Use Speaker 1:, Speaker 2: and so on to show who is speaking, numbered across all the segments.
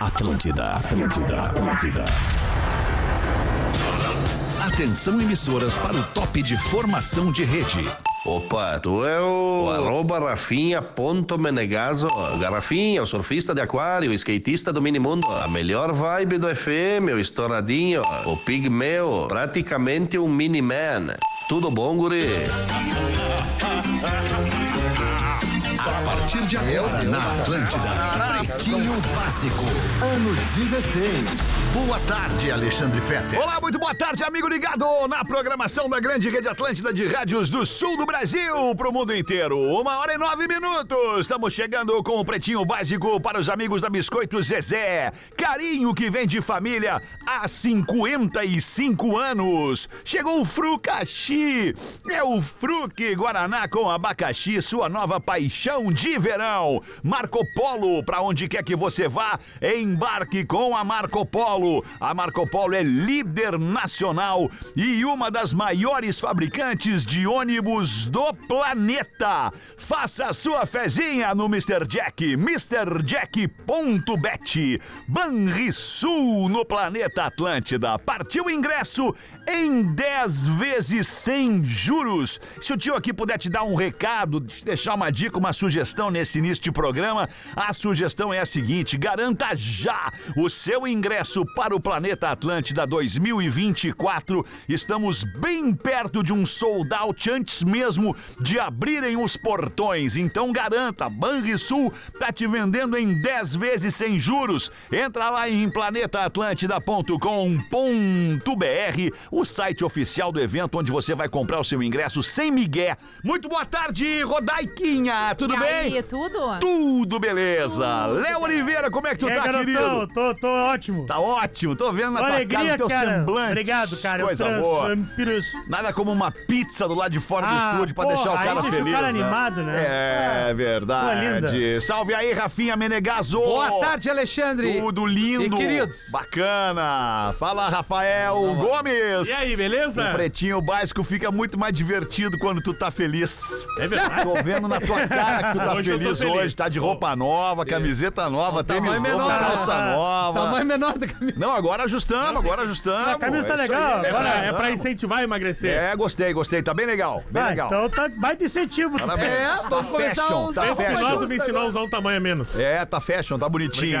Speaker 1: Atlântida, Atlântida, Atlântida.
Speaker 2: Atenção emissoras para o top de formação de rede.
Speaker 3: Opa, tu é o, o arroba Rafinha ponto Menegazo. Garrafinha, o surfista de aquário, o skatista do minimundo. A melhor vibe do FM, o estouradinho, o pigmeu, praticamente um mini-man. Tudo bom, guri?
Speaker 2: A partir de agora, na Atlântida, Pretinho Básico, ano 16. Boa tarde, Alexandre Fetter.
Speaker 4: Olá, muito boa tarde, amigo ligado na programação da grande rede Atlântida de rádios do sul do Brasil para o mundo inteiro. Uma hora e nove minutos. Estamos chegando com o Pretinho Básico para os amigos da Biscoito Zezé. Carinho que vem de família há 55 anos. Chegou o Frucaxi. É o Fruque Guaraná com abacaxi, sua nova paixão de verão. Marco Polo, para onde quer que você vá, embarque com a Marco Polo. A Marco Polo é líder nacional e uma das maiores fabricantes de ônibus do planeta. Faça sua fezinha no Mr. Jack, mrjack.bet. Banrisul no planeta Atlântida. Partiu o ingresso em 10 vezes sem juros. Se o tio aqui puder te dar um recado, te deixar uma dica, uma sugestão nesse início de programa. A sugestão é a seguinte: garanta já o seu ingresso para o Planeta Atlântida 2024. Estamos bem perto de um sold out antes mesmo de abrirem os portões. Então garanta, Banrisul tá te vendendo em 10 vezes sem juros. Entra lá em planetaatlântida.com.br, o site oficial do evento onde você vai comprar o seu ingresso sem migué. Muito boa tarde, Rodaiquinha. Tudo tudo bem?
Speaker 5: Aí, tudo?
Speaker 4: Tudo beleza. Léo Oliveira, como é que tu
Speaker 6: E aí,
Speaker 4: tá,
Speaker 6: garotão?
Speaker 4: querido?
Speaker 6: Tô, tô ótimo.
Speaker 4: Tá ótimo, tô vendo na
Speaker 6: Uma
Speaker 4: tua cara,
Speaker 6: alegria,
Speaker 4: no teu
Speaker 6: cara.
Speaker 4: semblante.
Speaker 6: Obrigado, cara.
Speaker 4: Coisa
Speaker 6: eu trans,
Speaker 4: boa.
Speaker 6: eu me piruço.
Speaker 4: Nada como uma pizza do lado de fora do
Speaker 6: Ah,
Speaker 4: estúdio pra
Speaker 6: porra,
Speaker 4: deixar o
Speaker 6: aí
Speaker 4: cara
Speaker 6: deixa o
Speaker 4: feliz.
Speaker 6: cara animado, né?
Speaker 4: É,
Speaker 6: Coisa
Speaker 4: verdade.
Speaker 6: linda.
Speaker 4: Salve aí, Rafinha Menegazo.
Speaker 7: Boa tarde, Alexandre.
Speaker 4: Tudo lindo.
Speaker 7: E queridos.
Speaker 4: Bacana. Fala, Rafael Gomes.
Speaker 6: E aí, beleza?
Speaker 4: O pretinho básico fica muito mais divertido quando tu tá feliz.
Speaker 6: É verdade.
Speaker 4: Tô vendo na tua cara que tu tá
Speaker 6: Hoje eu tô
Speaker 4: feliz,
Speaker 6: feliz. É.
Speaker 4: hoje, tá de roupa nova, camiseta nova, tênis
Speaker 7: tamanho
Speaker 4: novo,
Speaker 7: menor,
Speaker 4: calça
Speaker 6: né?
Speaker 4: nova.
Speaker 7: Tamanho menor do que a minha.
Speaker 4: Não, agora ajustamos, agora ajustamos.
Speaker 6: A camisa tá
Speaker 4: É isso
Speaker 6: legal.
Speaker 4: aí,
Speaker 6: Agora é pra
Speaker 4: ajustamos.
Speaker 6: incentivar a emagrecer.
Speaker 4: É, gostei, gostei, tá bem legal, bem
Speaker 6: Vai,
Speaker 4: legal.
Speaker 6: Então tá mais incentivo. tu
Speaker 4: Parabéns.
Speaker 6: tem.
Speaker 7: É,
Speaker 4: Tá
Speaker 7: vamos começar
Speaker 4: fashion,
Speaker 7: uns-
Speaker 4: tá
Speaker 7: vamos
Speaker 6: Esse
Speaker 4: fashion.
Speaker 7: começar
Speaker 6: idoso
Speaker 7: uns
Speaker 6: me ensinou a usar um tamanho a menos.
Speaker 4: É, tá fashion, tá bonitinho.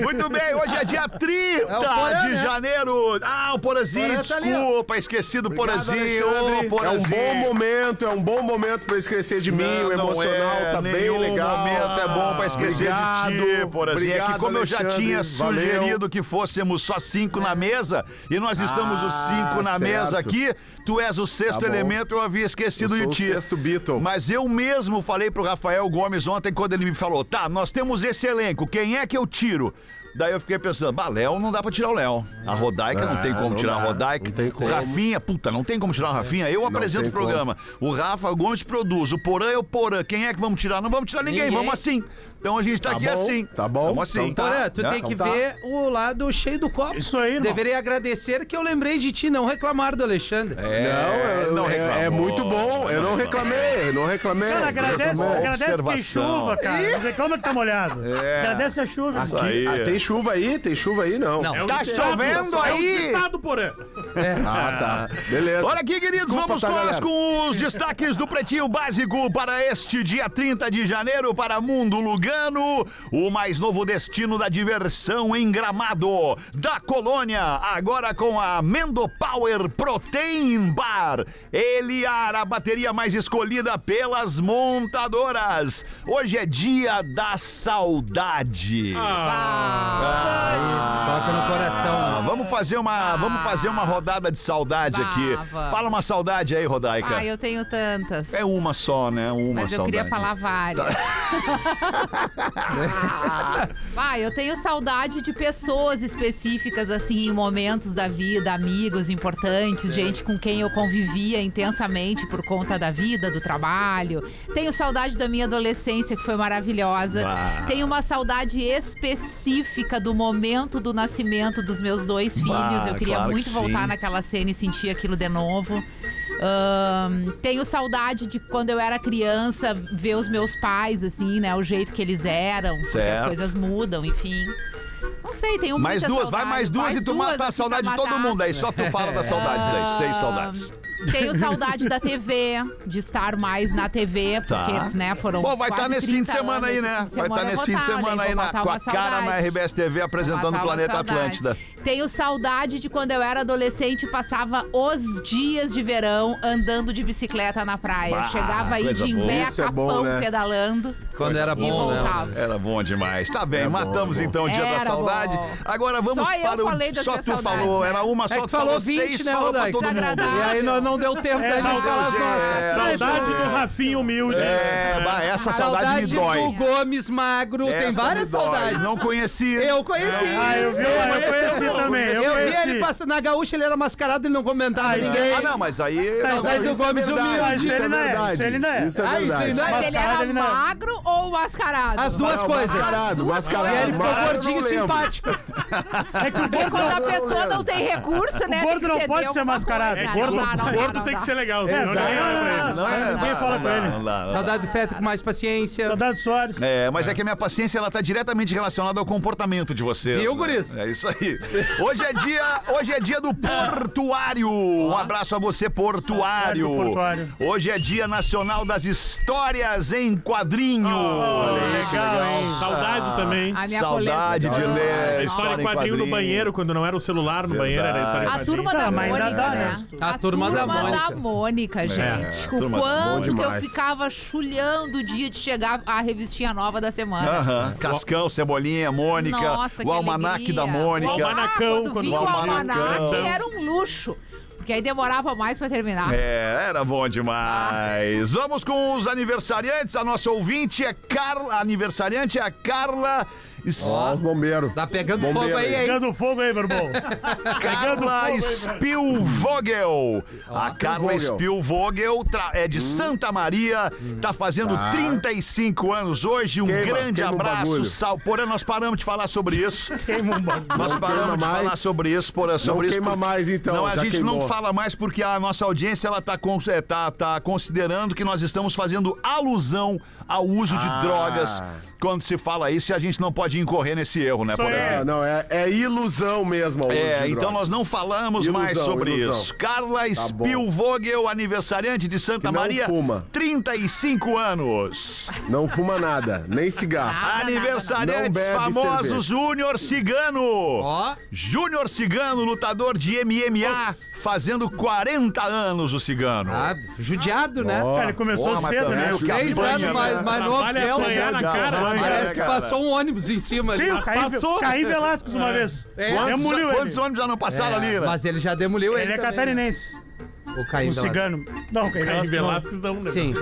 Speaker 4: Muito bem, hoje é dia 30
Speaker 7: É o Porã,
Speaker 4: de
Speaker 7: né?
Speaker 4: janeiro. Ah, o Porazinho,
Speaker 7: Porã tá ali, ó.
Speaker 4: desculpa, esqueci do Porazinho. Ô,
Speaker 8: É um
Speaker 4: Porazinho.
Speaker 8: bom momento, é um bom momento pra esquecer de mim,
Speaker 4: Não,
Speaker 8: o
Speaker 4: não
Speaker 8: emocional
Speaker 4: é,
Speaker 8: tá bem
Speaker 4: nenhum
Speaker 8: legal. tá
Speaker 4: momento é bom pra esquecer de ti,
Speaker 8: Obrigado,
Speaker 4: por assim. É que
Speaker 8: obrigado,
Speaker 4: como eu já
Speaker 8: Alexandre,
Speaker 4: tinha
Speaker 8: valeu.
Speaker 4: sugerido que fôssemos só cinco na mesa, e nós estamos
Speaker 8: Ah,
Speaker 4: os cinco na
Speaker 8: certo.
Speaker 4: mesa aqui, tu és o sexto
Speaker 8: Tá bom.
Speaker 4: elemento, eu havia esquecido
Speaker 8: Eu
Speaker 4: de
Speaker 8: sou o
Speaker 4: ti.
Speaker 8: sexto Beatle.
Speaker 4: Mas eu mesmo falei pro Rafael Gomes ontem, quando ele me falou, tá, nós temos esse elenco, quem é que eu tiro? Daí eu fiquei pensando, bah, Léo não dá pra tirar o Léo. A Rodaica não,
Speaker 8: Não,
Speaker 4: tem como
Speaker 8: Ah, não
Speaker 4: tirar a
Speaker 8: dá,
Speaker 4: Rodaica.
Speaker 8: não tem como.
Speaker 4: Rafinha, puta, não tem como tirar o Rafinha. Eu apresento o
Speaker 8: tem
Speaker 4: programa. O Rafa Gomes produz. O Porã é o Porã. Quem é que vamos tirar? Não vamos tirar ninguém,
Speaker 7: Ninguém.
Speaker 4: vamos assim. Então a gente tá,
Speaker 8: Tá
Speaker 4: aqui
Speaker 8: bom,
Speaker 4: assim.
Speaker 8: tá bom.
Speaker 4: Vamos assim.
Speaker 8: Então tá.
Speaker 7: Porã, tu
Speaker 4: Né?
Speaker 7: tem que
Speaker 8: Então tá.
Speaker 7: ver o lado cheio do copo.
Speaker 6: Isso aí, irmão.
Speaker 7: Deverei agradecer que eu lembrei de ti, não reclamar do Alexandre.
Speaker 8: Não, eu-
Speaker 4: não
Speaker 8: é,
Speaker 4: reclamou.
Speaker 8: é muito bom. Eu não reclamei, eu não reclamei.
Speaker 6: Cara, agradece,
Speaker 4: Essa é uma
Speaker 6: agradece que
Speaker 4: observação.
Speaker 6: chuva, cara. Não reclama que tá molhado.
Speaker 4: É.
Speaker 6: Agradece a chuva. irmão.
Speaker 4: aí.
Speaker 8: Ah, tem chuva aí? Tem chuva aí? Não.
Speaker 7: Não.
Speaker 6: É um
Speaker 4: Tá
Speaker 6: ditado,
Speaker 4: chovendo
Speaker 6: é um
Speaker 4: aí.
Speaker 6: ditado, porém.
Speaker 8: Ah, tá. Beleza.
Speaker 4: Olha aqui, queridos,
Speaker 8: Desculpa,
Speaker 4: vamos
Speaker 8: tá,
Speaker 4: nós
Speaker 8: galera?
Speaker 4: com os destaques do Pretinho Básico para este dia 30 de janeiro para Mundo Lugano, o mais novo destino da diversão em Gramado, da Colônia, agora com a Mendo Power Protein Bar. Eliar, a bateria mais escolhida pelas montadoras. Hoje é dia da saudade.
Speaker 8: Ah,
Speaker 6: Ah,
Speaker 5: Ah,
Speaker 7: Toca tá no
Speaker 4: Ah,
Speaker 7: coração. né?
Speaker 4: vamos fazer uma, vamos fazer uma rodada de saudade aqui.
Speaker 5: Vamos.
Speaker 4: Fala uma saudade aí, Rodaica.
Speaker 5: Ah, eu tenho tantas.
Speaker 4: É uma só, né? Uma
Speaker 5: Mas eu
Speaker 4: saudade.
Speaker 5: queria falar várias.
Speaker 4: Tá.
Speaker 5: ah, eu tenho saudade de pessoas específicas, assim, em momentos da vida, amigos importantes, gente com quem eu convivia intensamente por conta da vida, do trabalho. Tenho saudade da minha adolescência, que foi maravilhosa.
Speaker 4: Bah.
Speaker 5: Tenho uma saudade específica do momento do nascimento dos meus dois
Speaker 4: Bah,
Speaker 5: filhos. Eu queria
Speaker 4: claro que
Speaker 5: muito
Speaker 4: sim.
Speaker 5: voltar naquela cena e sentir aquilo de novo. Ahn, tenho saudade de quando eu era criança, ver os meus pais, assim, né? O jeito que eles eram, porque as
Speaker 4: Certo.
Speaker 5: coisas mudam, enfim. Não sei, tenho
Speaker 4: Mais
Speaker 5: muita
Speaker 4: duas,
Speaker 5: saudade.
Speaker 4: vai mais duas e tu mata a
Speaker 5: assim,
Speaker 4: saudade
Speaker 5: pra
Speaker 4: de todo
Speaker 5: matar. Ah,
Speaker 4: mundo aí. Só tu fala das saudades daí. Seis saudades.
Speaker 5: Tenho saudade da TV, de estar mais na TV, porque,
Speaker 4: Tá.
Speaker 5: né, foram.
Speaker 4: Bom, vai estar
Speaker 5: quase
Speaker 4: nesse fim de
Speaker 5: 30
Speaker 4: semana aí,
Speaker 5: anos,
Speaker 4: né?
Speaker 5: esse
Speaker 4: Vai estar
Speaker 5: eu
Speaker 4: nesse
Speaker 5: vou
Speaker 4: fim de
Speaker 5: tá, né?
Speaker 4: semana aí
Speaker 5: Vou
Speaker 4: na,
Speaker 5: matar
Speaker 4: com
Speaker 5: uma
Speaker 4: a cara na
Speaker 5: saudade.
Speaker 4: RBS TV apresentando o
Speaker 5: Matava
Speaker 4: Planeta
Speaker 5: saudade.
Speaker 4: Atlântida.
Speaker 5: Tenho saudade de quando eu era adolescente e passava os dias de verão andando de bicicleta na praia.
Speaker 4: Bah,
Speaker 5: Chegava aí
Speaker 4: coisa
Speaker 5: de
Speaker 4: boa.
Speaker 5: pé,
Speaker 8: Isso é
Speaker 5: capão,
Speaker 8: bom, né?
Speaker 5: pedalando
Speaker 7: Quando era
Speaker 5: e
Speaker 7: bom, né?
Speaker 5: voltava.
Speaker 4: Era bom demais. Tá bem,
Speaker 8: É bom,
Speaker 4: matamos
Speaker 8: é bom.
Speaker 4: então o dia da
Speaker 5: Era
Speaker 4: saudade.
Speaker 5: bom.
Speaker 4: Agora vamos
Speaker 5: Só eu
Speaker 4: para
Speaker 5: falei
Speaker 4: o.
Speaker 5: das
Speaker 4: Só
Speaker 5: minhas
Speaker 4: tu falou,
Speaker 5: saudades, né?
Speaker 4: era uma,
Speaker 7: É
Speaker 4: só
Speaker 7: que
Speaker 4: tu
Speaker 7: falou
Speaker 4: falou
Speaker 7: 20,
Speaker 4: seis,
Speaker 7: né,
Speaker 4: falou pra
Speaker 7: Rodaico?
Speaker 4: todo mundo.
Speaker 5: Desagradável.
Speaker 7: E aí não, não deu tempo
Speaker 6: É,
Speaker 7: da gente falar as
Speaker 6: saudade,
Speaker 4: é,
Speaker 7: nossas.
Speaker 6: Saudade do Rafinha humilde.
Speaker 4: É, bah, essa saudade, me dói.
Speaker 7: do Gomes Magro. Tem
Speaker 4: Essa
Speaker 7: várias
Speaker 4: me dói.
Speaker 7: saudades.
Speaker 4: Não conhecia.
Speaker 7: Eu conheci.
Speaker 6: Ah, eu vi, eu conheci também. Eu,
Speaker 7: Eu vi
Speaker 6: conheci.
Speaker 7: ele passando na gaúcha, ele era mascarado, ele não comentava ninguém.
Speaker 4: Ah, não, mas aí.
Speaker 7: Mas
Speaker 8: é
Speaker 7: aí do Gomes
Speaker 6: Ah,
Speaker 7: humilde.
Speaker 6: isso ele não é, isso ele não é.
Speaker 8: Isso é
Speaker 7: Ah, isso
Speaker 8: verdade.
Speaker 7: aí não
Speaker 5: Mas
Speaker 7: é.
Speaker 5: ele
Speaker 6: Mascarado,
Speaker 5: era
Speaker 6: ele não.
Speaker 5: magro ou mascarado?
Speaker 7: As duas
Speaker 8: Não,
Speaker 7: coisas.
Speaker 8: Mascarado,
Speaker 7: E
Speaker 8: mascarado.
Speaker 7: ele ficou
Speaker 8: Mas eu
Speaker 7: gordinho e
Speaker 8: não lembro.
Speaker 7: simpático.
Speaker 6: É que o gordo,
Speaker 5: Quando a pessoa não tem recurso, né?
Speaker 6: o gordo não pode ser mascarado.
Speaker 5: mascarado.
Speaker 6: O gordo, gordo tem que ser legal, senão ninguém olha pra ele.
Speaker 4: Não,
Speaker 6: Senão
Speaker 4: é,
Speaker 6: ninguém
Speaker 4: não,
Speaker 6: fala
Speaker 4: não,
Speaker 6: com ele.
Speaker 4: não dá, não dá.
Speaker 7: Saudade do Feto com mais paciência.
Speaker 6: Saudade do Soares.
Speaker 4: É, mas é. que a minha paciência ela tá diretamente relacionada ao comportamento de você.
Speaker 7: Viu, guris?
Speaker 4: É isso aí. Hoje é dia, hoje é dia do portuário. Um abraço a você, portuário.
Speaker 6: Saudade do portuário.
Speaker 4: Hoje é dia nacional das histórias em quadrinhos.
Speaker 6: legal, hein? Saudade também.
Speaker 5: A minha
Speaker 4: Saudade de
Speaker 5: coleção.
Speaker 4: ler
Speaker 6: A história em quadrinho no banheiro, quando não era o celular no banheiro, era a história em
Speaker 5: A
Speaker 6: quadrinho.
Speaker 4: então,
Speaker 5: turma da
Speaker 6: Tá, mas ainda
Speaker 5: Mônica,
Speaker 6: dá,
Speaker 5: né?
Speaker 7: A turma da Mônica.
Speaker 5: Mônica, gente. O
Speaker 4: É, turma da é
Speaker 5: quanto que eu
Speaker 8: demais.
Speaker 5: ficava chulhando o dia de chegar a revistinha nova da semana.
Speaker 4: Aham. Cascão, Cebolinha, Mônica,
Speaker 5: Nossa,
Speaker 4: o
Speaker 5: que
Speaker 4: almanac
Speaker 5: alegria.
Speaker 4: da
Speaker 5: O
Speaker 4: Mônica.
Speaker 5: almanac,
Speaker 6: Almanacão,
Speaker 5: quando
Speaker 6: quando
Speaker 5: vinha o
Speaker 4: surgiu.
Speaker 5: almanac,
Speaker 4: Almanacão.
Speaker 5: era um luxo. Porque aí demorava mais pra terminar.
Speaker 4: É, era bom demais. Vamos com os aniversariantes. A nossa ouvinte é Carla. A aniversariante é a Carla. S-
Speaker 8: Ó, os bombeiros.
Speaker 7: Tá pegando fogo
Speaker 8: Bombeiro
Speaker 7: aí, hein?
Speaker 6: Pegando fogo aí, meu irmão.
Speaker 8: tá
Speaker 6: Pegando
Speaker 4: Carla
Speaker 6: fogo, hein,
Speaker 4: Spielvogel. A Carla
Speaker 8: Spielvogel.
Speaker 4: Spielvogel tra- é de
Speaker 8: Hum.
Speaker 4: Santa Maria, tá fazendo 35 anos hoje. Um
Speaker 8: Queima,
Speaker 4: grande
Speaker 8: queima o
Speaker 4: abraço,
Speaker 8: bagulho.
Speaker 4: Sal. Porém, nós paramos de falar sobre isso.
Speaker 6: Queima um bagulho.
Speaker 4: Nós
Speaker 8: Não
Speaker 4: paramos
Speaker 8: queima
Speaker 4: de falar
Speaker 8: mais.
Speaker 4: sobre isso, porém, sobre isso.
Speaker 8: queima
Speaker 4: porque-
Speaker 8: mais, então,
Speaker 4: Não, a
Speaker 8: já
Speaker 4: gente não
Speaker 8: queimou.
Speaker 4: fala mais porque a nossa audiência ela tá, cons- é, tá- tá considerando que nós estamos fazendo alusão ao uso de
Speaker 8: Ah.
Speaker 4: drogas quando se fala isso e a gente não pode incorrer nesse erro, né,
Speaker 6: Isso
Speaker 4: por
Speaker 6: é.
Speaker 4: exemplo.
Speaker 8: É, não, é, é ilusão mesmo. o uso
Speaker 4: É,
Speaker 8: de
Speaker 4: então
Speaker 8: droga.
Speaker 4: nós não falamos mais
Speaker 8: Ilusão,
Speaker 4: sobre
Speaker 8: ilusão. Tá
Speaker 4: isso. Carla
Speaker 8: bom.
Speaker 4: Spielvogel, aniversariante de Santa
Speaker 8: Que não
Speaker 4: Maria,
Speaker 8: fuma.
Speaker 4: 35 anos.
Speaker 8: Não fuma nada, nem
Speaker 7: Ah,
Speaker 8: cigarro.
Speaker 5: Nada, nada,
Speaker 4: Aniversariantes
Speaker 8: nada. Não bebe
Speaker 4: famosos, Júnior Cigano.
Speaker 7: Ó.
Speaker 4: Júnior Cigano, lutador de MMA, fazendo 40 anos o Cigano.
Speaker 7: Ah, judiado, né?
Speaker 8: Ó,
Speaker 6: Cara, ele começou
Speaker 4: Porra, mas
Speaker 6: cedo,
Speaker 4: também
Speaker 6: né?
Speaker 4: o que
Speaker 7: Seis
Speaker 4: apanha,
Speaker 7: anos mais,
Speaker 4: né?
Speaker 7: mais novo que
Speaker 6: Trabalha
Speaker 7: ela.
Speaker 6: apanhar na cara.
Speaker 4: Apanha,
Speaker 6: né?
Speaker 7: Parece que
Speaker 4: cara?
Speaker 7: passou um ônibus em cima ali.
Speaker 6: Sim, o Caí,
Speaker 7: Passou.
Speaker 6: Caí Velasquez uma vez.
Speaker 7: É.
Speaker 6: É
Speaker 4: Quantos,
Speaker 6: Demoliu
Speaker 4: quantos
Speaker 6: ele.
Speaker 4: homens já não passaram ali, né?
Speaker 7: Mas ele já demoliu ele.
Speaker 6: Ele é
Speaker 7: também,
Speaker 6: catarinense.
Speaker 7: né? O Caim
Speaker 6: Um
Speaker 7: Velasco.
Speaker 6: cigano. Não, o Caí Velasquez não, né?
Speaker 7: Sim.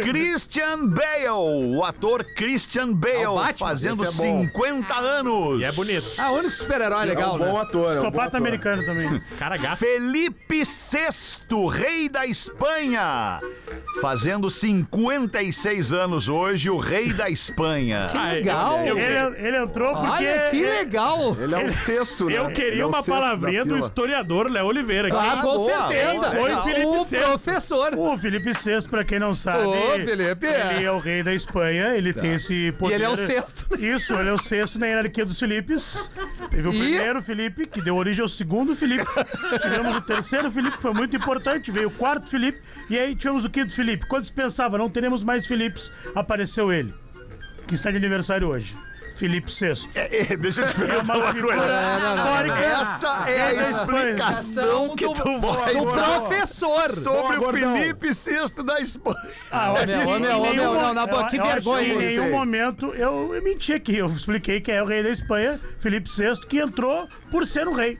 Speaker 4: Christian Bale, o ator Christian Bale,
Speaker 7: Ah, o Batman,
Speaker 4: fazendo
Speaker 8: esse é bom.
Speaker 4: 50 anos.
Speaker 6: E é bonito.
Speaker 7: Ah, o único super-herói
Speaker 8: é
Speaker 7: legal,
Speaker 8: um bom
Speaker 7: né?
Speaker 8: ator. é um bom
Speaker 6: Psicopata
Speaker 8: ator.
Speaker 6: americano também. Cara gato.
Speaker 4: Felipe VI, rei da Espanha. Fazendo 56 anos hoje, o rei da Espanha.
Speaker 7: Que legal.
Speaker 6: Ele, ele entrou porque...
Speaker 7: Olha, que legal.
Speaker 8: Ele é o sexto, né?
Speaker 6: Eu
Speaker 8: Ele é
Speaker 6: queria
Speaker 8: o
Speaker 6: uma
Speaker 8: sexto da
Speaker 6: palavrinha do
Speaker 8: fila.
Speaker 6: historiador Léo Oliveira. que
Speaker 7: Ah, com
Speaker 4: boa,
Speaker 7: certeza.
Speaker 6: boa, legal.
Speaker 7: o
Speaker 6: Felipe Sexto.
Speaker 7: professor.
Speaker 6: O Felipe VI, pra quem não sabe.
Speaker 7: Ô, Felipe.
Speaker 6: Ele é o rei da Espanha, ele tem esse poder.
Speaker 7: ele é o sexto.
Speaker 6: Isso, ele é o sexto na hierarquia dos Filipes. Teve o
Speaker 7: E-
Speaker 6: primeiro Felipe, que deu origem ao segundo Felipe. tivemos o terceiro Felipe, que foi muito importante. Veio o quarto Felipe. E aí tivemos o quinto Felipe. Quando se pensava, não teremos mais Filipes, apareceu ele, que está de aniversário hoje. Felipe VI.
Speaker 4: Deixa eu te
Speaker 6: É uma figura
Speaker 7: não, não,
Speaker 6: histórica.
Speaker 4: Essa é a
Speaker 6: da Espanha.
Speaker 4: explicação que tu vai
Speaker 7: O professor.
Speaker 4: sobre o
Speaker 8: gordão.
Speaker 4: Felipe VI da Espanha.
Speaker 6: Ah, eu acho
Speaker 7: meu,
Speaker 6: que
Speaker 7: ô,
Speaker 6: em
Speaker 7: meu, ô,
Speaker 6: nenhum
Speaker 7: meu,
Speaker 6: mo-
Speaker 7: não, na boa,
Speaker 6: eu-
Speaker 7: que
Speaker 6: eu acho
Speaker 7: vergonha,
Speaker 6: Em nenhum
Speaker 8: gostei.
Speaker 6: momento eu, eu menti aqui. Eu expliquei que é o rei da Espanha, Felipe VI, que entrou por ser o rei.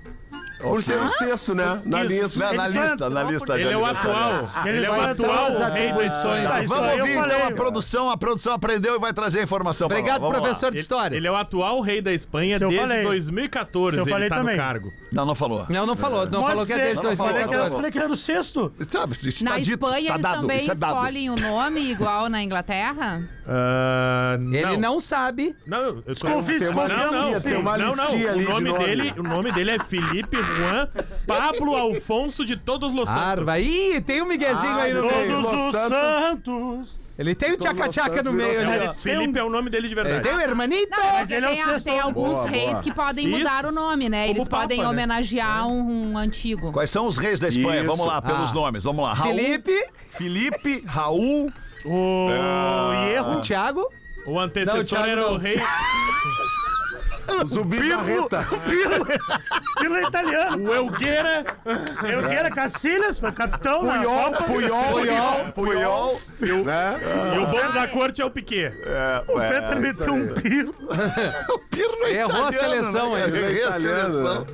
Speaker 8: Por ser o sexto, né? Na
Speaker 6: Isso.
Speaker 8: lista.
Speaker 4: Na, na
Speaker 6: Ele foi-
Speaker 4: lista, na lista de
Speaker 6: ele
Speaker 3: Ele é o
Speaker 4: aniversariantes.
Speaker 3: atual.
Speaker 6: Ele,
Speaker 7: é
Speaker 6: é
Speaker 7: o
Speaker 6: o atual
Speaker 7: atual
Speaker 6: rei da Espanha.
Speaker 7: Tá,
Speaker 6: Isso
Speaker 4: Ah, Vamos
Speaker 6: aí eu
Speaker 4: ouvir
Speaker 6: falei.
Speaker 4: então a produção. A produção aprendeu e vai trazer a informação pra
Speaker 7: Obrigado,
Speaker 4: nós. Vamos lá.
Speaker 7: professor de história.
Speaker 9: Ele é o atual rei da Espanha
Speaker 6: Se eu
Speaker 9: desde
Speaker 6: falei.
Speaker 9: 2014.
Speaker 6: Se eu
Speaker 9: ele
Speaker 6: falei
Speaker 9: tá
Speaker 6: também.
Speaker 9: no cargo.
Speaker 4: Não, não falou.
Speaker 7: Não, não falou. Não
Speaker 6: Pode
Speaker 7: falou que é
Speaker 6: ser.
Speaker 7: desde
Speaker 6: Eu falei que era- Eu
Speaker 7: 2014.
Speaker 6: falei que era o sexto.
Speaker 4: Tá, isso
Speaker 5: Na
Speaker 4: tá dito,
Speaker 5: Espanha
Speaker 4: tá
Speaker 5: eles
Speaker 4: dado,
Speaker 5: também
Speaker 4: isso é dado.
Speaker 5: escolhem o nome igual na Inglaterra?
Speaker 9: Ah,
Speaker 7: Ele não sabe.
Speaker 9: Não, eu tô...
Speaker 6: Desconfio,
Speaker 8: Tem
Speaker 6: desconfio.
Speaker 8: uma
Speaker 9: Não, não,
Speaker 8: listinha,
Speaker 9: sim.
Speaker 8: tem uma
Speaker 9: não, não.
Speaker 8: listinha
Speaker 9: O
Speaker 8: ali de
Speaker 9: nome,
Speaker 8: nome.
Speaker 9: Dele, o nome dele é Felipe Juan Pablo Alfonso de Todos os Santos.
Speaker 7: Arva. Ih, tem um miguezinho aí no meio.
Speaker 6: Todos os
Speaker 8: Los
Speaker 6: Santos.
Speaker 7: Ele tem o tchaca-tchaca no
Speaker 8: Santos
Speaker 7: meio,
Speaker 9: É,
Speaker 6: virou
Speaker 7: né?
Speaker 9: o Felipe é o nome dele de
Speaker 7: Ele
Speaker 9: verdade.
Speaker 7: tem o hermanito.
Speaker 5: Não, mas
Speaker 6: ele é o
Speaker 5: tem, a-
Speaker 6: sexto
Speaker 5: tem
Speaker 6: homem.
Speaker 5: alguns
Speaker 8: Boa,
Speaker 5: reis
Speaker 8: boa.
Speaker 5: que podem
Speaker 9: Isso.
Speaker 5: mudar o nome, né?
Speaker 9: Como
Speaker 5: Eles
Speaker 9: o Papa,
Speaker 5: podem
Speaker 9: né?
Speaker 4: É.
Speaker 5: homenagear um, um antigo.
Speaker 4: Quais são os reis da Espanha?
Speaker 8: Isso.
Speaker 4: Vamos lá, pelos
Speaker 7: Ah.
Speaker 4: nomes. Vamos lá. Raul,
Speaker 7: Felipe,
Speaker 4: Felipe, Raul.
Speaker 6: O um erro.
Speaker 7: Thiago.
Speaker 9: O
Speaker 7: Não,
Speaker 9: antecessor
Speaker 7: Thiago,
Speaker 9: era o
Speaker 7: não.
Speaker 9: rei.
Speaker 8: Zumbi Barreta.
Speaker 6: Pilo é italiano.
Speaker 9: O Elgueira.
Speaker 6: Eu quero Cacilhas, foi capitão na
Speaker 8: Puyol,
Speaker 6: Copa.
Speaker 8: Puyol,
Speaker 7: Puyol.
Speaker 8: Puyol, Puyol, né? é,
Speaker 9: E o dono da corte é o Piquet.
Speaker 6: O Fetter meteu um piro.
Speaker 4: Pirlo
Speaker 7: Errou a seleção aí.
Speaker 4: Errei a
Speaker 8: é Italiano,
Speaker 4: seleção.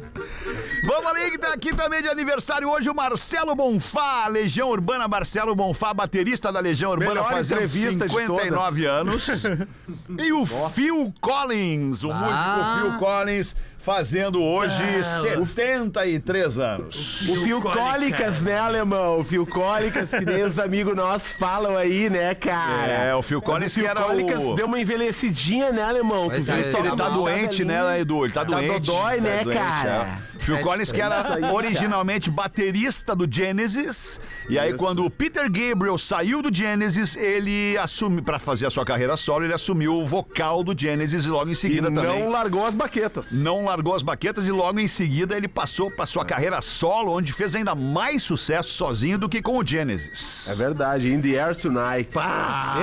Speaker 4: Vamos ali que tá aqui também de aniversário hoje o Marcelo Bonfá, Legião Urbana, Marcelo Bonfá, baterista da Legião Urbana,
Speaker 8: Melhor
Speaker 4: fazendo
Speaker 8: entrevista de
Speaker 4: 59 anos. E o Phil Collins, o músico Phil Collins, fazendo hoje 73 anos.
Speaker 8: O fio cólicas, né, alemão? O fio cólicas, que nem os amigos nossos falam aí, né, cara?
Speaker 4: É, o Phil Collins que era o...
Speaker 8: deu uma envelhecidinha, né, alemão? Tu
Speaker 7: Mas
Speaker 8: viu
Speaker 7: é,
Speaker 8: só
Speaker 7: ele
Speaker 8: uma
Speaker 4: Ele tá
Speaker 8: parada
Speaker 4: doente,
Speaker 8: ali.
Speaker 4: né, Edu? Ele tá, doente.
Speaker 8: dodói,
Speaker 4: Tá
Speaker 8: né,
Speaker 4: doente,
Speaker 8: cara?
Speaker 4: é. Phil Collins, que era originalmente baterista do Genesis, e aí quando o Peter Gabriel saiu do Genesis, ele assumiu, pra fazer a sua carreira solo, ele assumiu o vocal do Genesis e logo em
Speaker 8: E
Speaker 4: seguida também.
Speaker 8: não largou as baquetas.
Speaker 4: Não largou as baquetas e logo em seguida ele passou pra
Speaker 8: É.
Speaker 4: sua carreira solo, onde fez ainda mais sucesso sozinho do que com o Genesis.
Speaker 8: É verdade, In the Air Tonight.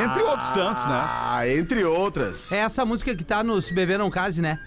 Speaker 4: Entre outros tantos, né?
Speaker 8: Ah, entre outras.
Speaker 7: É essa música que tá no Se Beber Não Case, né?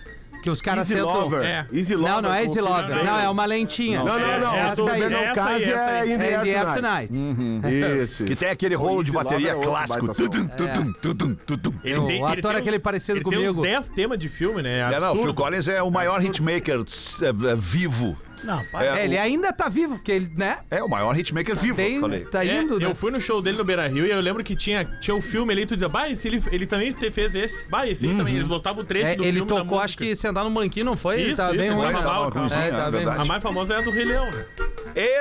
Speaker 7: Que os caras
Speaker 8: Easy
Speaker 7: sentam...
Speaker 8: Lover.
Speaker 9: É.
Speaker 8: Easy Lover.
Speaker 7: Não, não é
Speaker 8: com
Speaker 7: Easy
Speaker 8: o
Speaker 7: Lover.
Speaker 9: Fernando.
Speaker 7: Não, é uma lentinha.
Speaker 8: Não, não, não.
Speaker 9: É,
Speaker 8: É,
Speaker 9: essa
Speaker 8: o
Speaker 9: aí,
Speaker 8: aí,
Speaker 9: essa
Speaker 8: não
Speaker 9: aí,
Speaker 8: case
Speaker 9: essa
Speaker 8: é
Speaker 9: aí.
Speaker 8: In
Speaker 7: É
Speaker 8: the
Speaker 7: The
Speaker 8: Air
Speaker 7: Air
Speaker 8: Tonight.
Speaker 7: Tonight.
Speaker 8: Isso,
Speaker 4: Que
Speaker 8: isso.
Speaker 4: tem aquele rolo de
Speaker 8: Easy Lover
Speaker 4: bateria
Speaker 8: é outro
Speaker 4: clássico.
Speaker 8: baita som.
Speaker 4: Tudum, tudum, tudum, tudum.
Speaker 9: Ele
Speaker 7: O
Speaker 9: tem,
Speaker 7: ator é
Speaker 9: tem
Speaker 7: aquele
Speaker 9: uns-
Speaker 7: parecido
Speaker 9: ele Tem
Speaker 7: comigo.
Speaker 9: uns 10 temas de filme,
Speaker 4: É,
Speaker 9: né? É,
Speaker 4: não, o
Speaker 9: absurdo.
Speaker 4: Phil Collins é o maior hitmaker tss, é, é, vivo.
Speaker 6: Não, para.
Speaker 4: É,
Speaker 7: É, ele
Speaker 4: o,
Speaker 7: ainda tá vivo, porque ele, né?
Speaker 4: é o maior hitmaker vivo,
Speaker 7: Tem,
Speaker 4: falei.
Speaker 7: tá
Speaker 9: É,
Speaker 7: indo,
Speaker 9: eu
Speaker 7: né?
Speaker 9: fui no show dele no Beira Rio e eu lembro que tinha, tinha o filme ali, tu dizia, bah, esse ele, ele também te- fez esse. Bah, esse
Speaker 6: Hum.
Speaker 9: aí também. Eles botavam o trecho
Speaker 7: É,
Speaker 9: do
Speaker 7: ele
Speaker 9: filme da
Speaker 7: tocou,
Speaker 9: música.
Speaker 7: acho que sentar no banquinho, não foi? Ele
Speaker 9: Isso,
Speaker 7: tava
Speaker 9: isso,
Speaker 7: bem
Speaker 9: ele
Speaker 7: ruim.
Speaker 9: tava
Speaker 7: né?
Speaker 9: mal, calma.
Speaker 7: É, tá bem
Speaker 9: A mais famosa é a do Rei Leão, né?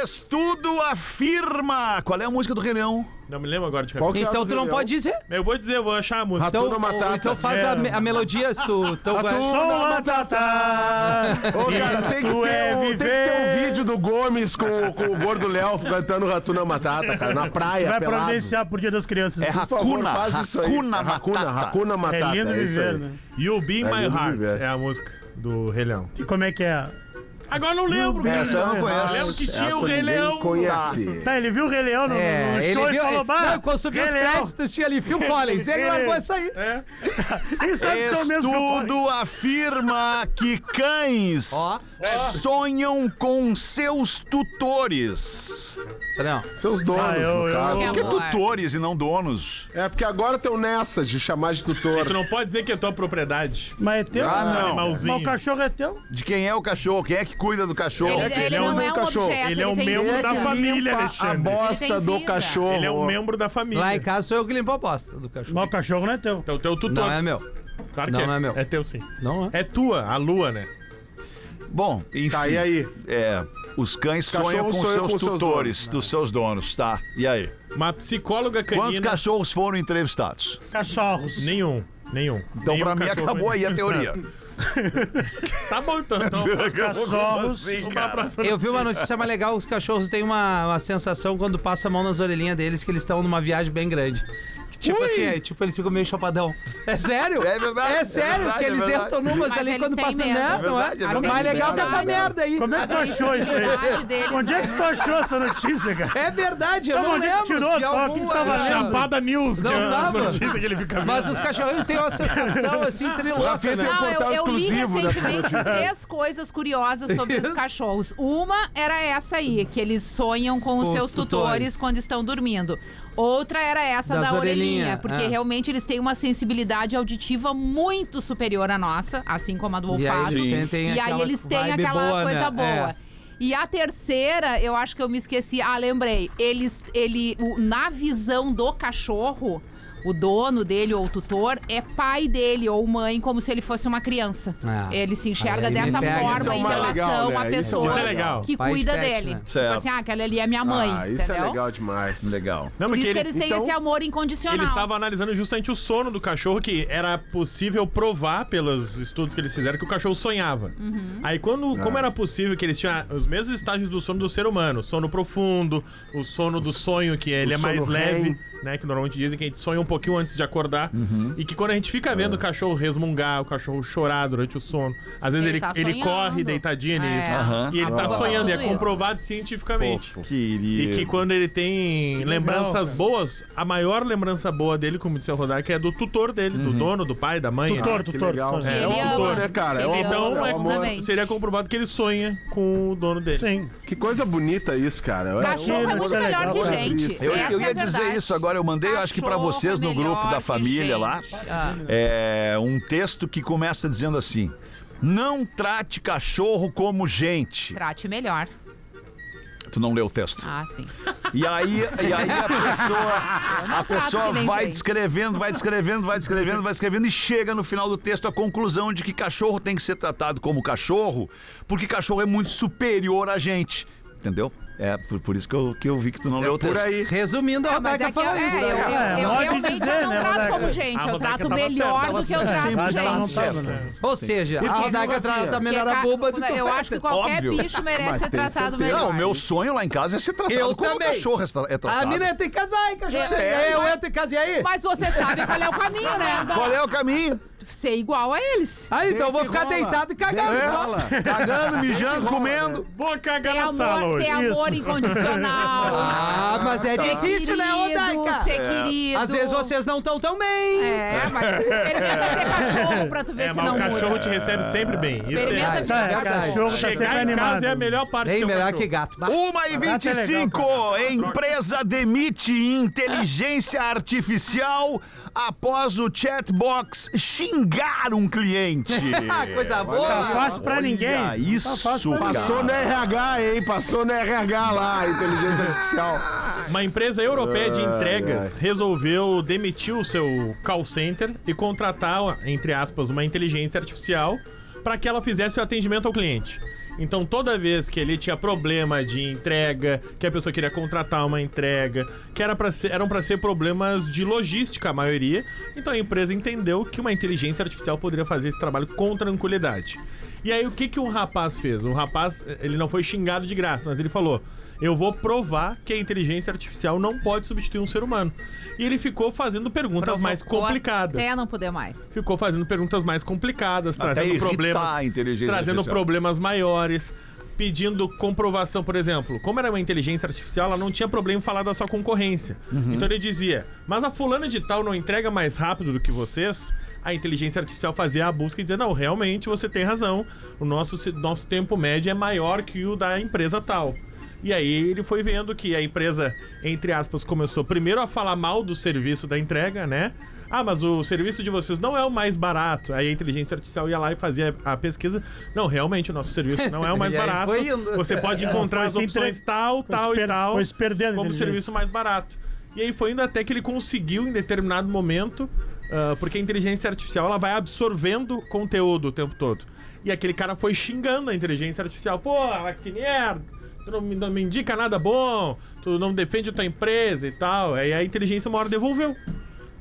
Speaker 4: Estudo afirma. Qual é a música do Rei Leão?
Speaker 9: Não me lembro agora de
Speaker 8: Qual que é
Speaker 7: Então
Speaker 8: o
Speaker 7: tu não
Speaker 8: Julião?
Speaker 7: pode dizer.
Speaker 9: Eu vou dizer, eu vou achar a música.
Speaker 8: Ratão
Speaker 7: Então,
Speaker 8: na
Speaker 7: ou,
Speaker 8: Matata.
Speaker 7: então faz a, me- a melodia, se tu, tu
Speaker 6: Sou uma batata.
Speaker 8: Ô, cara, tem que, ter
Speaker 6: Tu é
Speaker 8: um, tem que ter um
Speaker 6: viver.
Speaker 8: vídeo do Gomes com, com o Gordo Léo cantando Ratuna Matata, cara, na praia,
Speaker 6: Vai
Speaker 8: pelado.
Speaker 6: providenciar por Dia das Crianças.
Speaker 4: É
Speaker 8: Por favor,
Speaker 4: Hakuna,
Speaker 8: faz isso aí.
Speaker 4: Hakuna
Speaker 8: É Hakuna,
Speaker 4: Matata.
Speaker 8: Hakuna
Speaker 6: É
Speaker 8: Matata.
Speaker 6: lindo
Speaker 8: é isso
Speaker 6: viver,
Speaker 8: aí.
Speaker 6: né?
Speaker 9: You Be
Speaker 8: Vai,
Speaker 9: My
Speaker 8: Lulu
Speaker 9: Heart
Speaker 8: Ribeiro.
Speaker 9: é a música do Rei Leão.
Speaker 6: E como é que é?
Speaker 9: Agora não lembro, cara.
Speaker 4: Essa eu não conheço.
Speaker 9: lembro que tinha
Speaker 8: Essa
Speaker 9: o Rei
Speaker 8: ninguém
Speaker 9: Leão.
Speaker 8: conhece.
Speaker 6: Tá, ele viu o Rei Leão no, no
Speaker 7: É,
Speaker 6: show
Speaker 7: ele viu.
Speaker 6: e falou,
Speaker 7: Ele,
Speaker 6: bah,
Speaker 7: não, eu consumi
Speaker 6: Rei
Speaker 7: os
Speaker 6: Leão."
Speaker 7: créditos, tinha ali Phil Collins. Ele largou essa aí.
Speaker 9: É.
Speaker 6: Quem sabe sou mesmo Phil Collins.
Speaker 4: Estudo afirma que cães
Speaker 7: Ó.
Speaker 4: sonham com seus tutores.
Speaker 7: Não.
Speaker 8: Seus donos,
Speaker 6: Ah, eu-
Speaker 8: no
Speaker 6: eu-
Speaker 8: caso.
Speaker 4: Por que
Speaker 5: Amor.
Speaker 4: tutores e não donos?
Speaker 8: É porque agora estão nessa de chamar de
Speaker 9: Tu
Speaker 8: tutor.
Speaker 9: não pode dizer que é tua propriedade.
Speaker 6: Mas é teu?
Speaker 8: Ah, não.
Speaker 6: Mas o
Speaker 9: Animalzinho.
Speaker 6: cachorro é teu?
Speaker 4: De quem é o cachorro? Quem é que cuida do cachorro?
Speaker 5: Ele, ele
Speaker 8: ele é um
Speaker 5: não é um
Speaker 8: cachorro.
Speaker 5: objeto,
Speaker 9: Ele é um
Speaker 5: tem
Speaker 9: membro
Speaker 5: vida.
Speaker 9: da
Speaker 8: Limpa
Speaker 9: família,
Speaker 8: a
Speaker 9: Alexandre.
Speaker 8: bosta
Speaker 5: Ele tem
Speaker 8: do
Speaker 5: vida.
Speaker 8: cachorro.
Speaker 9: Ele é um membro da família.
Speaker 7: Lá em casa sou eu que limpo a bosta do cachorro.
Speaker 6: Mas o cachorro não é teu.
Speaker 9: Então, teu tutor.
Speaker 7: Não é meu.
Speaker 9: Claro que
Speaker 7: não,
Speaker 9: é.
Speaker 7: não é meu.
Speaker 9: É teu sim.
Speaker 7: Não é.
Speaker 9: É tua, a lua, né?
Speaker 4: Bom, enfim.
Speaker 8: Tá, e aí?
Speaker 4: É, os cães
Speaker 8: Cachorro
Speaker 4: sonham com
Speaker 8: sonha
Speaker 4: seus
Speaker 8: com seus
Speaker 4: tutores, dos seus donos, tá? E aí?
Speaker 9: Uma psicóloga canina.
Speaker 4: Quantos cachorros foram entrevistados?
Speaker 6: Cachorros.
Speaker 9: Nenhum. Nenhum. né?
Speaker 4: Então, pra mim, acabou aí a teoria.
Speaker 9: Tá bom, então. então
Speaker 6: Cachorros.
Speaker 9: vamos pra próxima.
Speaker 7: Eu vi uma notícia mais legal, os cachorros têm uma, uma sensação quando passa a mão nas orelhinhas deles que eles estão numa viagem bem grande. Tipo assim, é, tipo, eles ficam meio chapadão. É sério?
Speaker 4: É verdade, é
Speaker 7: É sério,
Speaker 4: verdade,
Speaker 7: porque
Speaker 4: é
Speaker 7: eles
Speaker 4: verdade.
Speaker 7: entram numas
Speaker 5: Mas
Speaker 7: ali
Speaker 5: eles
Speaker 7: quando
Speaker 5: têm
Speaker 7: passa.
Speaker 5: mesmo.
Speaker 7: Não,
Speaker 5: É
Speaker 7: não é.
Speaker 4: verdade, é
Speaker 7: O mais
Speaker 4: verdade.
Speaker 7: legal que essa merda aí.
Speaker 6: Como é que tu achou isso aí?
Speaker 5: sensibilidade deles,
Speaker 6: Onde é que
Speaker 5: né?
Speaker 6: tu achou essa notícia, cara?
Speaker 7: É verdade, eu
Speaker 6: Não,
Speaker 7: não
Speaker 6: onde é que
Speaker 7: lembro.
Speaker 6: tirou?
Speaker 7: de
Speaker 6: Tá, o que
Speaker 7: algum,
Speaker 6: que tava
Speaker 7: é,
Speaker 6: lendo?
Speaker 9: Chapada News.
Speaker 7: Não
Speaker 9: que é a
Speaker 7: dava.
Speaker 9: Notícia que ele fica vendo.
Speaker 7: Mas os cachorros têm uma sensação assim, triloca, né?
Speaker 5: Não, Ah, eu,
Speaker 8: portal
Speaker 5: eu li
Speaker 8: exclusivo dessa
Speaker 5: recentemente três coisas curiosas sobre os
Speaker 7: Isso.
Speaker 5: cachorros. Uma era essa aí, que eles sonham com os
Speaker 7: Com os
Speaker 5: seus tutores
Speaker 7: tutores.
Speaker 5: quando estão dormindo. Outra era essa
Speaker 7: Das
Speaker 5: da orelhinha,
Speaker 7: orelhinha,
Speaker 5: porque
Speaker 7: é.
Speaker 5: realmente eles têm uma sensibilidade auditiva muito superior à nossa, assim como a do
Speaker 7: E aí
Speaker 5: olfato.
Speaker 7: eles sentem
Speaker 5: E aí
Speaker 7: aquela
Speaker 5: eles têm
Speaker 7: vibe
Speaker 5: aquela
Speaker 7: boa, né?
Speaker 5: coisa boa.
Speaker 7: É.
Speaker 5: E a terceira, eu acho que eu me esqueci. Ah, lembrei. Eles, ele, o- na visão do cachorro, o dono dele ou o tutor é pai dele ou mãe, como se ele fosse uma criança.
Speaker 7: Ah.
Speaker 5: Ele se enxerga
Speaker 7: Aí me
Speaker 5: dessa
Speaker 7: pega.
Speaker 5: forma
Speaker 7: Isso é
Speaker 5: em
Speaker 7: o mais
Speaker 5: relação
Speaker 8: legal, né?
Speaker 5: à
Speaker 8: Isso é o
Speaker 5: pessoa
Speaker 8: mais
Speaker 9: Isso é legal.
Speaker 5: que
Speaker 7: Pai de
Speaker 5: cuida
Speaker 7: pet,
Speaker 5: dele.
Speaker 7: né?
Speaker 5: Tipo
Speaker 4: Certo.
Speaker 5: assim, ah, aquela ali é minha mãe,
Speaker 8: ah, isso
Speaker 5: entendeu?
Speaker 8: é legal demais.
Speaker 4: Legal.
Speaker 9: Não,
Speaker 5: Por
Speaker 9: porque
Speaker 5: isso que
Speaker 9: ele-
Speaker 5: eles têm
Speaker 8: então,
Speaker 5: esse amor incondicional.
Speaker 9: Ele estava analisando justamente o sono do cachorro, que era possível provar pelos estudos que eles fizeram que o cachorro sonhava.
Speaker 5: Uhum.
Speaker 9: Aí,
Speaker 8: Ah.
Speaker 9: quando, como era possível que eles tinham os mesmos estágios do sono do ser humano, sono profundo, o sono do sonho, que ele é
Speaker 8: sono
Speaker 9: mais
Speaker 8: REM.
Speaker 9: leve, né? Que normalmente dizem que a gente sonha um pouquinho antes de acordar.
Speaker 8: Uhum.
Speaker 9: E que quando a gente fica
Speaker 8: É.
Speaker 9: vendo o cachorro resmungar, o cachorro chorar durante o sono, às vezes
Speaker 5: Ele
Speaker 9: ele,
Speaker 5: tá
Speaker 9: ele
Speaker 5: sonhando.
Speaker 9: corre deitadinho ele-
Speaker 5: É. Aham.
Speaker 9: e ele tá
Speaker 5: Aprovado
Speaker 9: sonhando, e é
Speaker 5: tudo isso.
Speaker 9: comprovado cientificamente.
Speaker 8: Querido.
Speaker 9: E que quando ele tem lembranças boas, a maior lembrança boa dele, como disse o Rodak, é do tutor dele,
Speaker 6: Uhum.
Speaker 9: do dono, do pai, da mãe.
Speaker 6: Tutor,
Speaker 9: né?
Speaker 8: que
Speaker 6: tutor,
Speaker 8: legal.
Speaker 6: tutor.
Speaker 9: É,
Speaker 5: Ele
Speaker 9: é um
Speaker 5: ama.
Speaker 9: tutor.
Speaker 8: né, cara? É um
Speaker 5: Ele
Speaker 8: amor,
Speaker 9: Então
Speaker 5: ama,
Speaker 9: é,
Speaker 5: exatamente.
Speaker 9: seria comprovado que ele sonha com o dono dele.
Speaker 6: Sim.
Speaker 8: Que coisa bonita isso, cara. É,
Speaker 5: Cachorro é
Speaker 6: Isso
Speaker 5: muito
Speaker 6: é
Speaker 5: melhor
Speaker 6: legal,
Speaker 5: que
Speaker 6: né?
Speaker 5: gente.
Speaker 4: Eu,
Speaker 5: Essa
Speaker 4: eu
Speaker 5: é
Speaker 4: ia
Speaker 5: a
Speaker 4: dizer
Speaker 5: verdade.
Speaker 4: isso agora, eu mandei, eu acho que pra
Speaker 5: Cachorro
Speaker 4: vocês no
Speaker 5: é
Speaker 4: grupo
Speaker 5: melhor
Speaker 4: da
Speaker 5: que
Speaker 4: família lá,
Speaker 5: gente. Ah.
Speaker 4: é um texto que começa dizendo assim: Não trate cachorro como gente.
Speaker 5: Trate melhor.
Speaker 4: Tu não leu o texto.
Speaker 5: Ah, sim.
Speaker 4: E aí, e aí a
Speaker 5: Eu
Speaker 4: pessoa,
Speaker 5: não
Speaker 4: a pessoa
Speaker 5: trato que nem
Speaker 4: vai
Speaker 5: gente.
Speaker 4: descrevendo, vai descrevendo, vai descrevendo, vai descrevendo e chega no final do texto à conclusão de que cachorro tem que ser tratado como cachorro, porque cachorro é muito superior a gente. Entendeu? É por, por isso que eu, que eu vi que tu não
Speaker 7: É
Speaker 4: leu o texto.
Speaker 8: É por aí.
Speaker 7: Resumindo, a
Speaker 5: Mas
Speaker 7: Rodaica
Speaker 5: é que eu,
Speaker 7: falou tá isso. né?
Speaker 5: é, eu, eu,
Speaker 6: É,
Speaker 5: eu
Speaker 6: pode
Speaker 5: realmente
Speaker 6: dizer,
Speaker 5: eu não
Speaker 6: né,
Speaker 5: trato
Speaker 6: Rodaica?
Speaker 5: como gente.
Speaker 9: A
Speaker 5: Eu
Speaker 9: Rodaica
Speaker 5: trato
Speaker 9: tava certa,
Speaker 5: melhor
Speaker 9: ela
Speaker 5: do que eu
Speaker 6: Sim,
Speaker 5: trato
Speaker 6: mas ela não
Speaker 5: gente.
Speaker 6: tava, né?
Speaker 7: Ou seja, a Rodaica
Speaker 4: é
Speaker 7: trata melhor a
Speaker 5: Porque
Speaker 7: boba
Speaker 5: é ca-
Speaker 7: do que
Speaker 5: Eu
Speaker 7: o
Speaker 5: acho que
Speaker 7: Feta.
Speaker 5: qualquer
Speaker 8: Óbvio.
Speaker 5: bicho merece
Speaker 8: Mas
Speaker 5: ser
Speaker 8: tem
Speaker 5: tratado
Speaker 8: certeza.
Speaker 5: melhor.
Speaker 4: Não, o meu sonho lá em casa é ser tratado
Speaker 7: Eu
Speaker 4: como
Speaker 7: também.
Speaker 4: cachorro é tratado.
Speaker 7: A mina entra em casa, ai, cachorro. É,
Speaker 5: Sério?
Speaker 7: Eu entro em casa, e aí?
Speaker 5: Mas você sabe qual é o caminho, né?
Speaker 4: Qual é o caminho?
Speaker 5: Ser igual a eles.
Speaker 7: Aí, então, eu vou
Speaker 8: que
Speaker 7: ficar
Speaker 8: rola.
Speaker 7: deitado e cagando só.
Speaker 4: Cagando, mijando,
Speaker 7: né?
Speaker 4: comendo.
Speaker 9: Vou cagar
Speaker 5: Ter
Speaker 9: na sala
Speaker 5: amor,
Speaker 9: hoje.
Speaker 5: ter amor incondicional.
Speaker 7: Ah, mas
Speaker 4: tá.
Speaker 7: é
Speaker 5: Ser
Speaker 7: difícil, né,
Speaker 5: querido,
Speaker 7: Rodaica?
Speaker 5: Ser
Speaker 4: É.
Speaker 5: querido.
Speaker 7: Às vezes vocês não estão tão bem.
Speaker 5: É, mas experimenta ser cachorro pra tu ver
Speaker 9: É,
Speaker 5: se
Speaker 9: mas
Speaker 5: não
Speaker 9: o cachorro
Speaker 5: muda.
Speaker 9: te recebe sempre bem. Isso
Speaker 5: Experimenta
Speaker 9: é...
Speaker 5: ver.
Speaker 6: Tá, é,
Speaker 7: Verdade.
Speaker 6: cachorro tá sempre
Speaker 9: Chegar em
Speaker 6: animado.
Speaker 9: casa é a melhor parte
Speaker 7: Bem
Speaker 9: ter um
Speaker 7: melhor
Speaker 9: cachorro.
Speaker 7: que gato. Bah.
Speaker 4: 1 e
Speaker 6: Gato é
Speaker 4: 25 Empresa demite inteligência artificial após o chatbox xingar um cliente.
Speaker 7: Ah, coisa
Speaker 6: Tá
Speaker 7: boa.
Speaker 6: fácil pra ninguém.
Speaker 4: Olha isso,
Speaker 6: Tá fácil
Speaker 4: cara.
Speaker 6: pra
Speaker 8: né? Passou no RH, hein? Passou no RH lá, a inteligência artificial.
Speaker 9: Uma empresa europeia de entregas resolveu demitir o seu call center e contratar, entre aspas, uma inteligência artificial para que ela fizesse o atendimento ao cliente. Então, toda vez que ele tinha problema de entrega, que a pessoa queria contratar uma entrega, que era pra ser- eram para ser problemas de logística, a maioria, então a empresa entendeu que uma inteligência artificial poderia fazer esse trabalho com tranquilidade. E aí, o que, que um rapaz fez? Um rapaz, ele não foi xingado de graça, mas ele falou: eu vou provar que a inteligência artificial não pode substituir um ser humano. E ele ficou fazendo perguntas mais
Speaker 5: Provocou
Speaker 9: complicadas.
Speaker 5: Até É, não poder mais.
Speaker 9: Ficou fazendo perguntas mais complicadas,
Speaker 4: Até
Speaker 9: trazendo
Speaker 4: irritar
Speaker 9: problemas,
Speaker 4: a inteligência
Speaker 9: trazendo
Speaker 4: artificial.
Speaker 9: problemas maiores, pedindo comprovação, por exemplo. Como era uma inteligência artificial, ela não tinha problema em falar da sua concorrência.
Speaker 4: Uhum.
Speaker 9: Então ele dizia: "Mas a fulana de tal não entrega mais rápido do que vocês?" A inteligência artificial fazia a busca e dizia: "Não, realmente você tem razão. O nosso se- nosso tempo médio é maior que o da empresa tal." E aí ele foi vendo que a empresa, entre aspas, começou primeiro a falar mal do serviço da entrega, né? Ah, mas o serviço de vocês não é o mais barato. Aí a inteligência artificial ia lá e fazia a pesquisa. Não, realmente o nosso serviço não é o mais
Speaker 7: E aí
Speaker 9: barato.
Speaker 7: foi indo.
Speaker 9: Você pode
Speaker 6: Ela
Speaker 9: encontrar
Speaker 6: foi
Speaker 9: as
Speaker 6: se
Speaker 9: opções
Speaker 6: entre-
Speaker 9: tal,
Speaker 6: foi
Speaker 9: tal
Speaker 6: se per-
Speaker 9: e tal.
Speaker 6: foi se perdendo a
Speaker 9: como
Speaker 6: inteligência.
Speaker 9: serviço mais barato. E aí foi indo até que ele conseguiu em determinado momento, ah, porque a inteligência artificial ela vai absorvendo conteúdo o tempo todo. E aquele cara foi xingando a inteligência artificial. Pô, que merda! Tu não me, não me indica nada bom, tu não defende a tua empresa e tal. Aí a inteligência uma hora devolveu.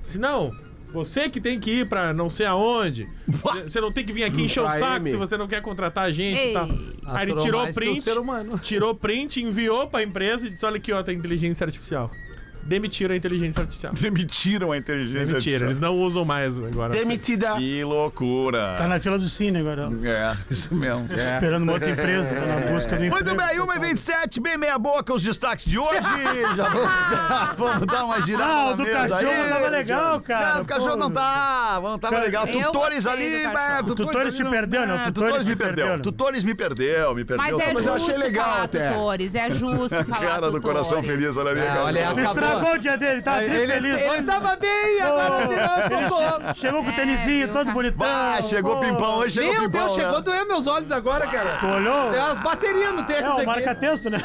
Speaker 9: Se não, você que tem que ir pra não sei aonde. Você não tem que vir aqui encher o
Speaker 8: Pra
Speaker 9: saco
Speaker 8: M.
Speaker 9: se você não quer contratar a gente e
Speaker 5: Ei.
Speaker 9: tal. Aí ele
Speaker 7: Aturou
Speaker 9: tirou o
Speaker 7: mais que o
Speaker 9: print,
Speaker 7: ser humano.
Speaker 9: tirou o print, enviou pra empresa e disse: Olha aqui, ó, tá a inteligência artificial. Demitiram a inteligência artificial.
Speaker 4: Demitiram a inteligência
Speaker 9: Demitiram, eles não usam mais agora.
Speaker 8: Demitida.
Speaker 4: Que loucura.
Speaker 6: Tá na fila do Cine agora. ó.
Speaker 4: É, isso mesmo. É.
Speaker 6: Esperando uma outra empresa. Tá na busca do
Speaker 4: Muito bem, 1 e 27 bem meia boca, os destaques de hoje. Já vamos dar, vamos dar uma girada
Speaker 6: Ah, o
Speaker 4: na
Speaker 6: do
Speaker 4: mesa
Speaker 6: cachorro
Speaker 4: aí.
Speaker 6: tava legal, cara.
Speaker 4: Não, o cachorro
Speaker 6: Pô.
Speaker 4: não tava, não tava
Speaker 6: Cara,
Speaker 4: legal.
Speaker 5: eu
Speaker 4: Tutores
Speaker 5: gostei
Speaker 4: ali,
Speaker 5: do
Speaker 4: né,
Speaker 5: cachorro.
Speaker 6: Tutores te
Speaker 4: ali,
Speaker 6: perdeu,
Speaker 4: né,
Speaker 6: não, tutores
Speaker 4: Tutores me
Speaker 6: me perdeu, né?
Speaker 4: perdeu.
Speaker 6: não.
Speaker 4: Tutores me perdeu, me
Speaker 5: Mas
Speaker 4: perdeu.
Speaker 5: é
Speaker 4: também.
Speaker 8: eu
Speaker 5: justo
Speaker 8: achei legal
Speaker 5: falar
Speaker 8: até.
Speaker 5: tutores, é justo falar
Speaker 4: Cara do coração
Speaker 5: tutores.
Speaker 4: feliz, olha ali.
Speaker 7: É, olha,
Speaker 6: Tu
Speaker 7: acabou
Speaker 6: Acabou o dia dele,
Speaker 9: Tá
Speaker 6: tava
Speaker 7: Ele,
Speaker 6: triste feliz.
Speaker 7: ele tava bem, agora virou
Speaker 6: Ele
Speaker 7: cocô.
Speaker 6: che- chegou com o tênisinho todo bonitão.
Speaker 4: Ah, chegou
Speaker 6: pô.
Speaker 4: pimpão hoje, chegou
Speaker 7: Meu
Speaker 4: pimpão.
Speaker 7: Deus,
Speaker 4: né?
Speaker 7: chegou a doer meus olhos agora, cara.
Speaker 6: Tu olhou?
Speaker 7: Tem umas baterias no
Speaker 6: É,
Speaker 7: tênis
Speaker 6: o
Speaker 7: aqui.
Speaker 6: marca-texto, né?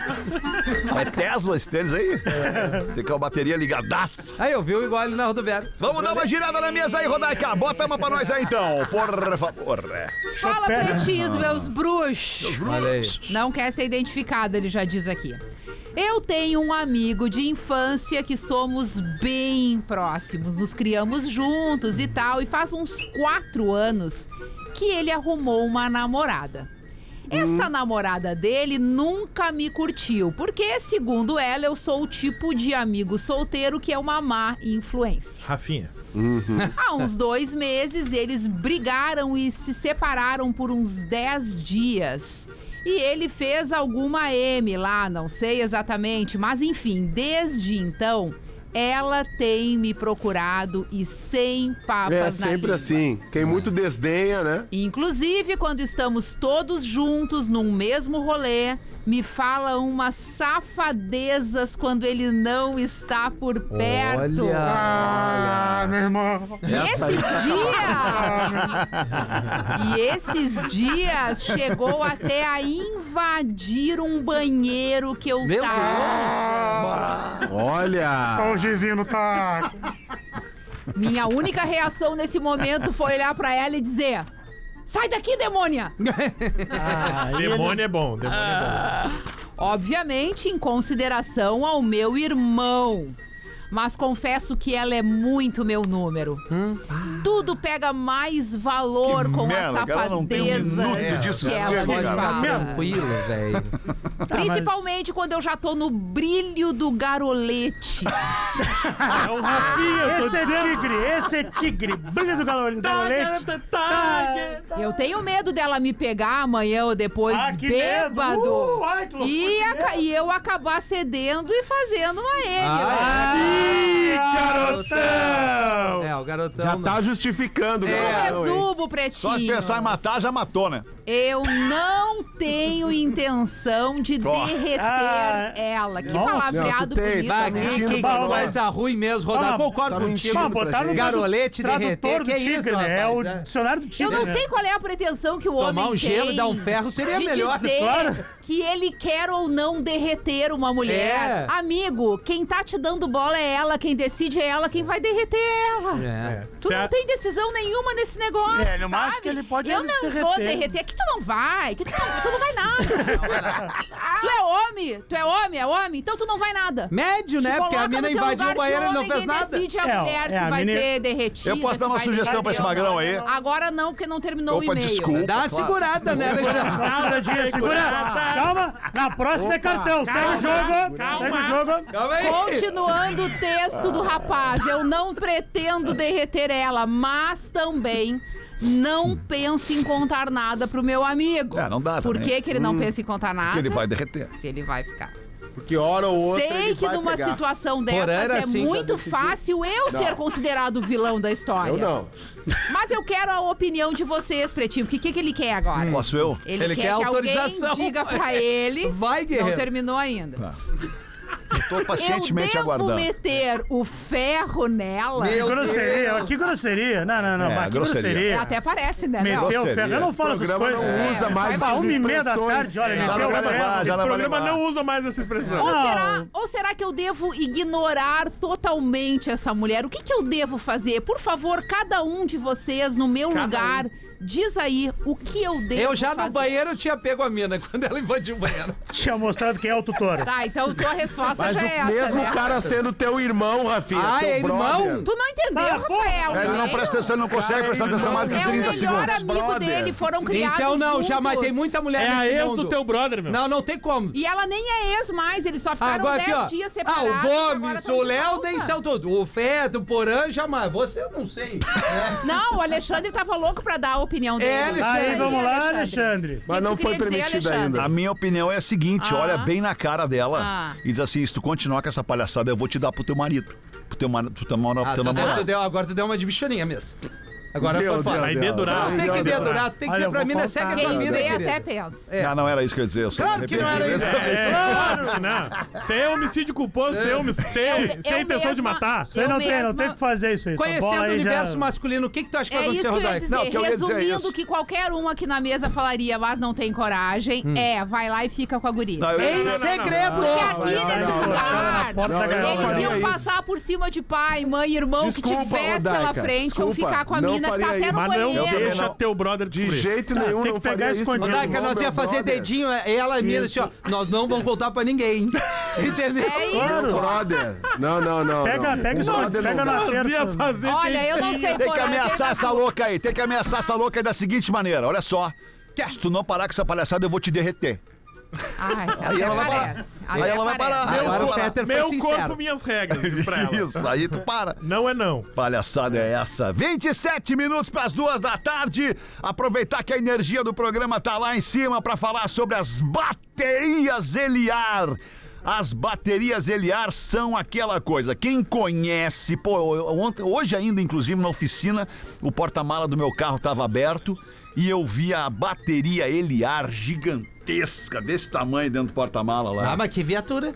Speaker 4: É Tesla esse tênis aí? Tem que uma bateria ligadaça.
Speaker 7: Aí eu vi o igual ali na rodoviária.
Speaker 4: Vamos dar uma girada na mesa aí, Rodaica. Bota uma pra nós aí então, por favor.
Speaker 5: Fala,
Speaker 6: Chopin.
Speaker 5: pretinhos, meus bruxos.
Speaker 7: Olha aí.
Speaker 5: Não quer ser identificado, ele já diz aqui. Eu tenho um amigo de infância que somos bem próximos, nos criamos juntos e tal, e faz uns quatro anos que ele arrumou uma namorada.
Speaker 7: Hum.
Speaker 5: Essa namorada dele nunca me curtiu, porque, segundo ela, eu sou o tipo de amigo solteiro que é uma má influência.
Speaker 9: Rafinha.
Speaker 5: Há uns dois meses, eles brigaram e se separaram por uns 10 dias. E ele fez alguma M lá, não sei exatamente, mas enfim, desde então, ela tem me procurado e sem papas
Speaker 8: É
Speaker 5: na
Speaker 8: sempre
Speaker 5: língua.
Speaker 8: assim. Quem muito desdenha, né?
Speaker 5: Inclusive, quando estamos todos juntos num mesmo rolê, me fala umas safadezas quando ele não está por perto. Ah,
Speaker 7: Olha.
Speaker 6: meu irmão.
Speaker 5: E esses dias! e esses dias chegou até a invadir um banheiro que eu
Speaker 7: Meu
Speaker 5: tava.
Speaker 8: Olha!
Speaker 6: Olha o gizinho no taco.
Speaker 5: Minha única reação nesse momento foi olhar pra ela e dizer: Sai daqui, demônia!
Speaker 9: Demônio é bom, demônio é
Speaker 5: Obviamente, em consideração ao meu irmão. Mas confesso que ela é muito meu número. Tudo pega mais valor
Speaker 4: Que
Speaker 5: com
Speaker 4: merda,
Speaker 5: a
Speaker 4: cara, ela não tem um
Speaker 5: safadeza.
Speaker 4: minuto de
Speaker 5: É, que
Speaker 4: sossego,
Speaker 5: ela me
Speaker 7: Pode ficar
Speaker 5: fala.
Speaker 7: tranquilo, velho.
Speaker 6: Ah,
Speaker 5: Principalmente quando eu já tô no brilho do garolete.
Speaker 9: bom. É um Rafinha,
Speaker 6: Esse é tigre, esse é tigre. Brilho do galão, da olete.
Speaker 5: Eu tenho medo dela me pegar amanhã ou depois
Speaker 6: Ah, que
Speaker 5: bêbado.
Speaker 6: medo. Uh, ai, que loucura,
Speaker 5: e,
Speaker 6: que
Speaker 5: aca- e eu acabar cedendo e fazendo uma M. né?
Speaker 6: Ah, Ih,
Speaker 7: garotão! É, o garotão.
Speaker 8: Já
Speaker 7: não.
Speaker 8: tá justificando,
Speaker 7: É.
Speaker 8: galera.
Speaker 5: Resumo, pretinho.
Speaker 4: Só de pensar em matar, já matou, né?
Speaker 5: Eu não tenho intenção de derreter
Speaker 6: Ah,
Speaker 5: ela. Que
Speaker 6: nossa.
Speaker 5: palavreado
Speaker 8: Não, tu tem,
Speaker 5: bonito,
Speaker 7: Vai,
Speaker 5: né?
Speaker 7: que,
Speaker 8: mentindo
Speaker 7: que
Speaker 6: pra
Speaker 7: coisa ruim mesmo, Rodar.
Speaker 6: Tá,
Speaker 7: Concordo
Speaker 8: tá
Speaker 7: contigo.
Speaker 8: mentindo.
Speaker 6: botaram no
Speaker 7: Garolete,
Speaker 6: tradutor
Speaker 7: derreter,
Speaker 6: do
Speaker 7: que é isso,
Speaker 6: tigre, né? É o
Speaker 7: rapaz, é.
Speaker 6: dicionário do tigre.
Speaker 5: Eu não
Speaker 6: né?
Speaker 5: sei qual é a pretensão que o homem
Speaker 7: Tomar um gelo
Speaker 5: tem
Speaker 7: e dar um ferro seria
Speaker 5: de
Speaker 7: melhor,
Speaker 5: dizer
Speaker 6: claro.
Speaker 5: que ele quer ou não derreter uma mulher.
Speaker 7: É.
Speaker 5: Amigo, quem tá te dando bola é ela, quem decide é ela, quem vai derreter é ela.
Speaker 7: É.
Speaker 5: Tu não
Speaker 9: Certo.
Speaker 5: tem decisão nenhuma nesse negócio,
Speaker 6: É, no
Speaker 5: sabe?
Speaker 6: máximo que ele pode é
Speaker 5: Eu
Speaker 6: ele
Speaker 5: não
Speaker 6: se
Speaker 5: vou
Speaker 6: derreter.
Speaker 5: derreter. Aqui tu não vai. Aqui tu não, tu não vai nada. tu é homem. Tu é homem, é homem. Então tu não vai nada.
Speaker 7: Médio,
Speaker 5: Te
Speaker 7: né? Porque a
Speaker 5: coloca
Speaker 7: mina
Speaker 5: no teu
Speaker 7: invadiu
Speaker 5: lugar
Speaker 7: o
Speaker 5: de
Speaker 7: banheiro e não
Speaker 5: homem,
Speaker 7: fez
Speaker 5: quem
Speaker 7: nada.
Speaker 5: decide é
Speaker 6: É,
Speaker 5: a mulher
Speaker 6: é,
Speaker 5: se
Speaker 6: a
Speaker 5: vai
Speaker 6: mina-
Speaker 5: ser derretida.
Speaker 4: Eu posso dar
Speaker 5: se
Speaker 4: uma
Speaker 5: vai né?
Speaker 4: sugestão pra esse
Speaker 5: derreter
Speaker 4: magrão
Speaker 5: ou
Speaker 4: aí?
Speaker 5: não. Agora não, porque não terminou
Speaker 4: Opa,
Speaker 5: o e-mail.
Speaker 4: desculpa.
Speaker 7: Dá uma segurada, né, Alexandre?
Speaker 6: Calma, Dinho, segura. Calma. Na próxima é cartão. Segue o jogo. Segue o jogo.
Speaker 7: Calma aí.
Speaker 5: Continuando o texto do rapaz, eu não pretendo derreter ela, mas também não penso em contar nada pro meu amigo.
Speaker 4: É, não dá
Speaker 5: Por
Speaker 4: também.
Speaker 5: que, que ele não pensa em contar nada?
Speaker 4: Porque ele vai derreter.
Speaker 5: Porque ele vai ficar.
Speaker 8: Porque hora ou outra.
Speaker 5: Sei
Speaker 8: ele
Speaker 5: que
Speaker 8: vai
Speaker 5: numa
Speaker 8: pegar.
Speaker 5: situação
Speaker 7: Porã
Speaker 5: dessas
Speaker 7: era
Speaker 5: é
Speaker 7: assim,
Speaker 5: muito
Speaker 8: quando decidiu.
Speaker 5: fácil eu
Speaker 8: Não.
Speaker 5: ser considerado o vilão da história.
Speaker 8: Eu não.
Speaker 5: Mas eu quero a opinião de vocês, Pretinho. Porque o que, que ele quer agora?
Speaker 4: Posso eu?
Speaker 5: Ele,
Speaker 7: Ele
Speaker 5: quer,
Speaker 7: quer
Speaker 5: que
Speaker 7: autorização.
Speaker 5: alguém diga pra ele.
Speaker 7: Vai,
Speaker 5: Não
Speaker 7: guerreiro.
Speaker 5: terminou ainda.
Speaker 4: Tô
Speaker 5: Eu
Speaker 4: pacientemente
Speaker 5: devo
Speaker 4: aguardando.
Speaker 5: meter o ferro nela?
Speaker 7: Meu
Speaker 6: Grosseria.
Speaker 7: Deus.
Speaker 6: Que grosseria. Não, não, não.
Speaker 4: É,
Speaker 6: vai, que
Speaker 4: grosseria.
Speaker 6: grosseria.
Speaker 5: Até parece, né, Léo?
Speaker 6: Meteu o
Speaker 4: grosseria.
Speaker 6: ferro. Eu não falo
Speaker 8: Esse
Speaker 6: essas
Speaker 8: programa
Speaker 6: coisas. É,
Speaker 8: não usa mais
Speaker 6: Vai,
Speaker 8: essas
Speaker 6: uma e meia da
Speaker 8: expressões.
Speaker 6: tarde, olha,
Speaker 4: Já
Speaker 6: meteu
Speaker 4: não
Speaker 6: o
Speaker 4: vai levar,
Speaker 6: ferro.
Speaker 4: já
Speaker 9: Esse
Speaker 4: não vai
Speaker 9: programa
Speaker 4: levar.
Speaker 9: não usa mais essa expressão.
Speaker 5: Ou
Speaker 6: Não.
Speaker 5: será, ou será que eu devo ignorar totalmente essa mulher? O que, que eu devo fazer? Por favor, cada um de vocês, no meu
Speaker 4: um.
Speaker 5: lugar, diz aí o que eu devo
Speaker 7: Eu já
Speaker 5: fazer.
Speaker 7: no banheiro eu tinha pego a mina quando ela invadiu o banheiro.
Speaker 6: Tinha mostrado quem é o tutor.
Speaker 5: Tá, então tua resposta
Speaker 8: Mas
Speaker 5: já é
Speaker 8: o
Speaker 5: essa.
Speaker 8: mesmo
Speaker 5: né?
Speaker 8: cara sendo teu irmão, Rafinha.
Speaker 7: Ah,
Speaker 8: teu
Speaker 7: é irmão?
Speaker 8: brother.
Speaker 5: Tu não entendeu,
Speaker 6: Ah, porra.
Speaker 5: Rafael.
Speaker 4: Ele não
Speaker 5: né?
Speaker 4: presta atenção, ele não consegue prestar atenção mais do que
Speaker 5: É o
Speaker 4: 30
Speaker 5: melhor
Speaker 4: segundos.
Speaker 5: amigo dele, foram criados
Speaker 7: Então não, já
Speaker 5: juntos.
Speaker 7: matei muita mulher
Speaker 9: É a
Speaker 7: nesse
Speaker 9: ex
Speaker 7: mundo.
Speaker 9: do teu brother, meu.
Speaker 7: Não, não tem como.
Speaker 5: E ela nem é ex mais, eles só ficaram
Speaker 7: Agora
Speaker 5: 10
Speaker 7: aqui, ó.
Speaker 5: dias
Speaker 7: Ah,
Speaker 5: separados.
Speaker 7: o
Speaker 5: agora
Speaker 7: Gomes,
Speaker 5: tão
Speaker 7: o
Speaker 5: de
Speaker 7: Léo,
Speaker 5: volta.
Speaker 7: nem são todos. O Feto, o Porã, jamais. Você eu não sei.
Speaker 5: Não, o Alexandre tava louco pra dar
Speaker 4: É,
Speaker 5: a opinião dele.
Speaker 7: Alexandre.
Speaker 6: Aí, vamos lá, Alexandre.
Speaker 8: Mas
Speaker 5: que
Speaker 8: não
Speaker 5: tu
Speaker 8: foi
Speaker 5: queria dizer,
Speaker 8: permitido
Speaker 5: Alexandre?
Speaker 8: ainda.
Speaker 4: A minha opinião é a seguinte:
Speaker 5: Ah.
Speaker 4: olha bem na cara dela
Speaker 5: Ah.
Speaker 4: e diz assim: se tu continuar com essa palhaçada, eu vou te dar pro teu marido. Pro teu, marido, pro teu, mano- pro
Speaker 7: Ah,
Speaker 8: tá
Speaker 4: teu
Speaker 7: tu deu, tu
Speaker 4: namorado.
Speaker 7: deu- agora tu deu uma de bichoninha mesmo. Agora
Speaker 8: Deu,
Speaker 7: foi foda.
Speaker 8: deu,
Speaker 9: Vai
Speaker 8: deu.
Speaker 9: dedurar.
Speaker 7: Não tem que
Speaker 6: Deu, deu.
Speaker 7: dedurar, tu tem
Speaker 6: Olha,
Speaker 7: que dizer
Speaker 6: eu
Speaker 7: pra
Speaker 6: vou
Speaker 7: mim, né?
Speaker 6: faltar.
Speaker 7: Segue a tua
Speaker 5: Quem
Speaker 7: vida,
Speaker 5: vê
Speaker 7: querido.
Speaker 5: até pensa.
Speaker 7: É.
Speaker 4: Ah, não era isso que eu ia dizer. eu só
Speaker 7: Claro que não era
Speaker 4: repeti.
Speaker 7: isso.
Speaker 9: É, claro, não. Isso aí é homicídio culposo, sem, homi- sem,
Speaker 5: Eu-
Speaker 9: sem
Speaker 5: eu
Speaker 9: intenção de
Speaker 5: mesma-
Speaker 9: matar.
Speaker 6: Isso aí
Speaker 5: Eu
Speaker 6: não tem, não
Speaker 5: mesma-
Speaker 6: tem o que fazer isso aí. essa bola
Speaker 7: Conhecendo o
Speaker 6: aí já-
Speaker 7: universo masculino, o que, que tu acha que
Speaker 5: É
Speaker 7: vai
Speaker 5: isso que
Speaker 7: acontecer,
Speaker 5: eu ia
Speaker 7: Rodaico?
Speaker 5: dizer.
Speaker 4: Não, o que eu ia dizer é
Speaker 5: Resumindo,
Speaker 4: isso.
Speaker 5: o que qualquer um aqui na mesa falaria, mas não tem coragem,
Speaker 4: Hum.
Speaker 5: é, vai lá e fica com a guria.
Speaker 4: Não, eu-
Speaker 7: Em
Speaker 4: não, não, não.
Speaker 7: segredo!
Speaker 5: Porque aqui
Speaker 8: não,
Speaker 5: nesse
Speaker 8: não, não.
Speaker 5: lugar,
Speaker 6: Porta da gaiola.
Speaker 5: eles
Speaker 8: faria
Speaker 5: iam
Speaker 8: isso.
Speaker 5: passar por cima de pai, mãe, irmão que
Speaker 8: Desculpa,
Speaker 5: tivesse pela
Speaker 8: Rodaica,
Speaker 5: frente ou
Speaker 8: desculpa,
Speaker 5: ficar com a
Speaker 8: não
Speaker 5: mina que tá
Speaker 8: faria
Speaker 5: até
Speaker 8: isso.
Speaker 5: no
Speaker 9: Mas não
Speaker 5: banheiro.
Speaker 9: deixa
Speaker 8: não.
Speaker 9: teu brother
Speaker 8: De
Speaker 9: descobrir.
Speaker 8: jeito nenhum,
Speaker 6: tem
Speaker 8: não
Speaker 6: que pegar
Speaker 8: faria isso.
Speaker 6: escondido.
Speaker 8: mano.
Speaker 7: Rodaica, nós ia
Speaker 8: Meu
Speaker 7: fazer
Speaker 8: brother.
Speaker 7: dedinho, ela e mina, assim, ó. Nós não vamos voltar pra ninguém. Entendeu?
Speaker 5: É isso.
Speaker 8: Claro. Brother. Não, não, não.
Speaker 6: Pega,
Speaker 8: não.
Speaker 6: pega,
Speaker 8: O
Speaker 6: isso,
Speaker 8: brother
Speaker 6: pega
Speaker 8: não
Speaker 6: na
Speaker 8: dá.
Speaker 9: Nós ia
Speaker 6: terça.
Speaker 9: fazer
Speaker 5: Olha, eu não sei
Speaker 4: Tem que
Speaker 5: Porã,
Speaker 4: ameaçar
Speaker 5: quem-
Speaker 4: essa louca aí, tem que ameaçar essa louca aí da seguinte maneira, olha só. Se tu não parar com essa palhaçada, eu vou te derreter.
Speaker 5: Ai, até
Speaker 4: ela vai parar.
Speaker 5: parece.
Speaker 4: Aí
Speaker 5: até
Speaker 4: ela vai
Speaker 5: parece.
Speaker 4: parar.
Speaker 7: Agora o
Speaker 4: Meu
Speaker 7: Fetter foi
Speaker 9: Meu corpo,
Speaker 7: sincero.
Speaker 9: minhas regras. diz Pra ela.
Speaker 4: Isso, aí tu para.
Speaker 9: Não é não.
Speaker 4: Palhaçada é essa? 27 minutos para as duas da tarde. Aproveitar que a energia do programa tá lá em cima para falar sobre as baterias Eliar. As baterias Eliar são aquela coisa. Quem conhece, pô, ontem, hoje ainda, inclusive, na oficina, o porta-mala do meu carro estava aberto e eu vi a bateria Eliar gigantesca, desse tamanho dentro do porta-mala lá.
Speaker 7: Ah, mas que viatura.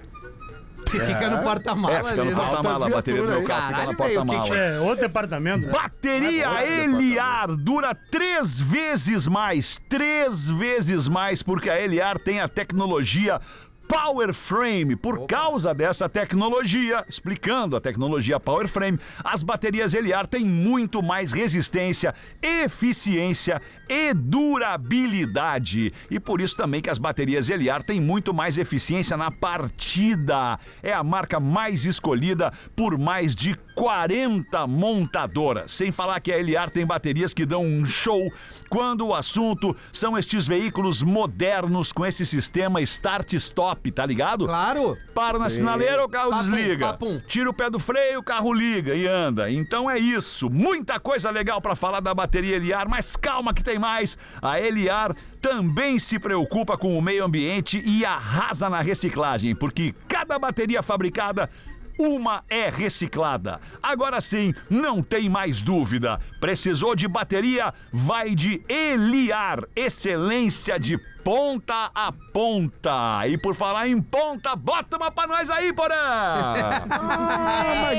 Speaker 7: Que fica no porta-mala
Speaker 4: É, fica
Speaker 7: ali,
Speaker 4: no
Speaker 7: né?
Speaker 4: porta-mala, a
Speaker 8: Altas
Speaker 4: bateria do meu
Speaker 8: viaturas,
Speaker 4: carro fica
Speaker 7: hein?
Speaker 4: no
Speaker 7: Caralho, velho, o que
Speaker 4: porta-mala.
Speaker 6: É, outro departamento.
Speaker 4: Bateria Eliar dura três vezes mais, três vezes mais, porque a Eliar tem a tecnologia Power Frame. Por causa dessa tecnologia, explicando a tecnologia Power Frame, as baterias Eliar têm muito mais resistência, eficiência e durabilidade. E por isso também que as baterias Eliar têm muito mais eficiência na partida. É a marca mais escolhida por mais de 40 montadoras. Sem falar que a Eliar tem baterias que dão um show quando o assunto são estes veículos modernos com esse sistema start-stop, tá ligado?
Speaker 7: Claro.
Speaker 4: Para na sinaleira, o carro
Speaker 7: Papum,
Speaker 4: desliga.
Speaker 7: papum.
Speaker 4: Tira o pé do freio, o carro liga e anda. Então é isso. Muita coisa legal pra falar da bateria Eliar, mas calma que tem mais. A Eliar também se preocupa com o meio ambiente e arrasa na reciclagem, porque cada bateria fabricada uma é reciclada. Agora sim, não tem mais dúvida. Precisou de bateria? Vai de Eliar. Excelência de ponta a ponta. E por falar em ponta, bota uma pra nós aí, Porã!
Speaker 8: Ah,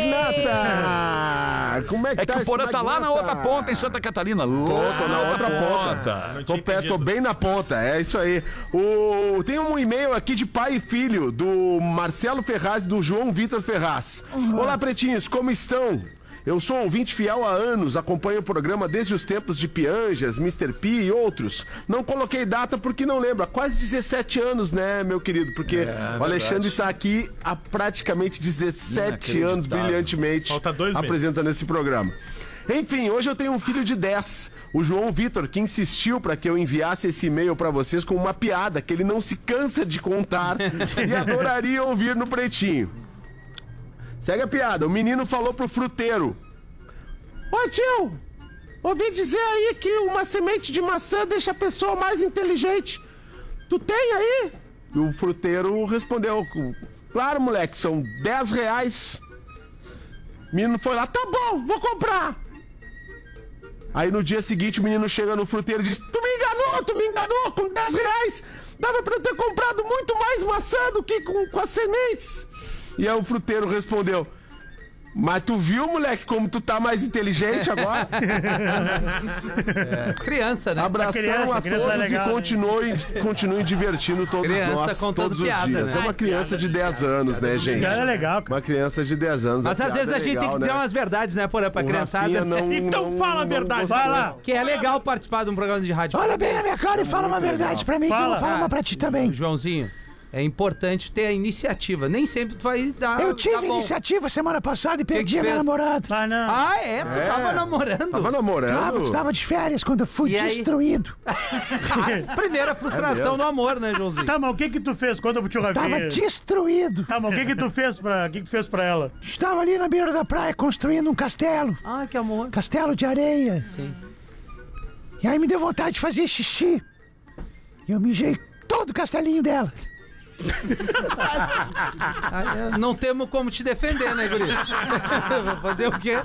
Speaker 8: magnata! Como é que
Speaker 4: É
Speaker 8: tá
Speaker 4: que o
Speaker 8: esse
Speaker 4: Porã tá lá na
Speaker 8: magnata?
Speaker 4: outra ponta, em Santa Catarina. Lá
Speaker 8: tô na outra
Speaker 4: ponta.
Speaker 9: Não
Speaker 8: Tô,
Speaker 9: tinha
Speaker 8: pé, tô
Speaker 9: entendido.
Speaker 8: bem na ponta, é isso aí. O, tem um e-mail aqui de pai e filho, do Marcelo Ferraz e do João Vitor Ferraz. Olá, pretinhos, como estão? Eu sou ouvinte fiel há anos, acompanho o programa desde os tempos de Pianjas, Mr. P e outros. Não coloquei data porque não lembro. Há quase 17 anos, né, meu querido?
Speaker 9: É,
Speaker 8: Porque o Alexandre tá aqui há praticamente 17 anos, brilhantemente,
Speaker 9: Falta dois meses.
Speaker 8: apresentando apresentando esse programa. Enfim, hoje eu tenho um filho de 10, o João Vitor, que insistiu para que eu enviasse esse e-mail para vocês com uma piada que ele não se cansa de contar e adoraria ouvir no pretinho. Segue a piada. O menino falou pro fruteiro: Ô tio, ouvi dizer aí que uma semente de maçã deixa a pessoa mais inteligente. Tu tem aí? E o fruteiro respondeu: Claro, moleque, são 10 reais. O menino foi lá, tá bom, vou comprar. Aí no dia seguinte o menino chega no fruteiro e diz: Tu me enganou, tu me enganou com 10 reais. Dava pra eu ter comprado muito mais maçã do que com, com as sementes. E aí o fruteiro respondeu: Mas tu viu, moleque, como tu tá mais inteligente agora?
Speaker 7: Criança, né?
Speaker 8: Abração a,
Speaker 6: criança, a criança é
Speaker 8: todos
Speaker 6: legal,
Speaker 8: e
Speaker 6: né?
Speaker 8: continuem, continuem divertindo todos
Speaker 7: Criança
Speaker 8: nós
Speaker 7: contando
Speaker 8: todos os
Speaker 7: piada,
Speaker 8: dias.
Speaker 7: né?
Speaker 8: É uma criança de 10 anos, né, gente?
Speaker 6: Já é legal, cara.
Speaker 8: Uma criança de 10 anos.
Speaker 7: Mas às
Speaker 8: piada
Speaker 7: vezes a
Speaker 8: é
Speaker 7: gente
Speaker 8: legal,
Speaker 7: tem que dizer
Speaker 8: né?
Speaker 7: umas verdades, né, Porã, pra
Speaker 8: O
Speaker 7: criançada.
Speaker 8: Rafinha não-
Speaker 9: Então
Speaker 8: não-
Speaker 9: fala a
Speaker 8: Hum, não
Speaker 9: verdade.
Speaker 8: gostou.
Speaker 6: Vai lá.
Speaker 7: Que é legal participar de um programa de rádio. Olha bem na minha
Speaker 8: Cara, e fala uma verdade pra mim.
Speaker 6: Fala.
Speaker 7: uma pra ti também. Joãozinho, é importante ter a iniciativa. Nem sempre tu vai dar. tá Eu tive iniciativa semana passada e perdi a minha namorada.
Speaker 6: Ah, não.
Speaker 7: Ah, é? Tu tava namorando.
Speaker 8: Tava
Speaker 7: Ah,
Speaker 8: namorando?
Speaker 7: Fui destruído. Primeira
Speaker 8: É
Speaker 7: frustração no amor, né, Joãozinho?
Speaker 6: Tá, mas o que que tu fez? Conta pro tio Rafinha.
Speaker 10: Tava destruído.
Speaker 6: Tá, mas o que que tu fez pra, o que que tu fez pra ela?
Speaker 10: Estava ali na beira da praia construindo um castelo.
Speaker 7: Ai, Ah, que amor.
Speaker 10: Castelo de areia.
Speaker 7: Sim.
Speaker 10: E aí me deu vontade de fazer xixi. Eu mijei todo o castelinho dela.
Speaker 7: Ah, eu Não temos como te defender, né, guri? Vou fazer o quê?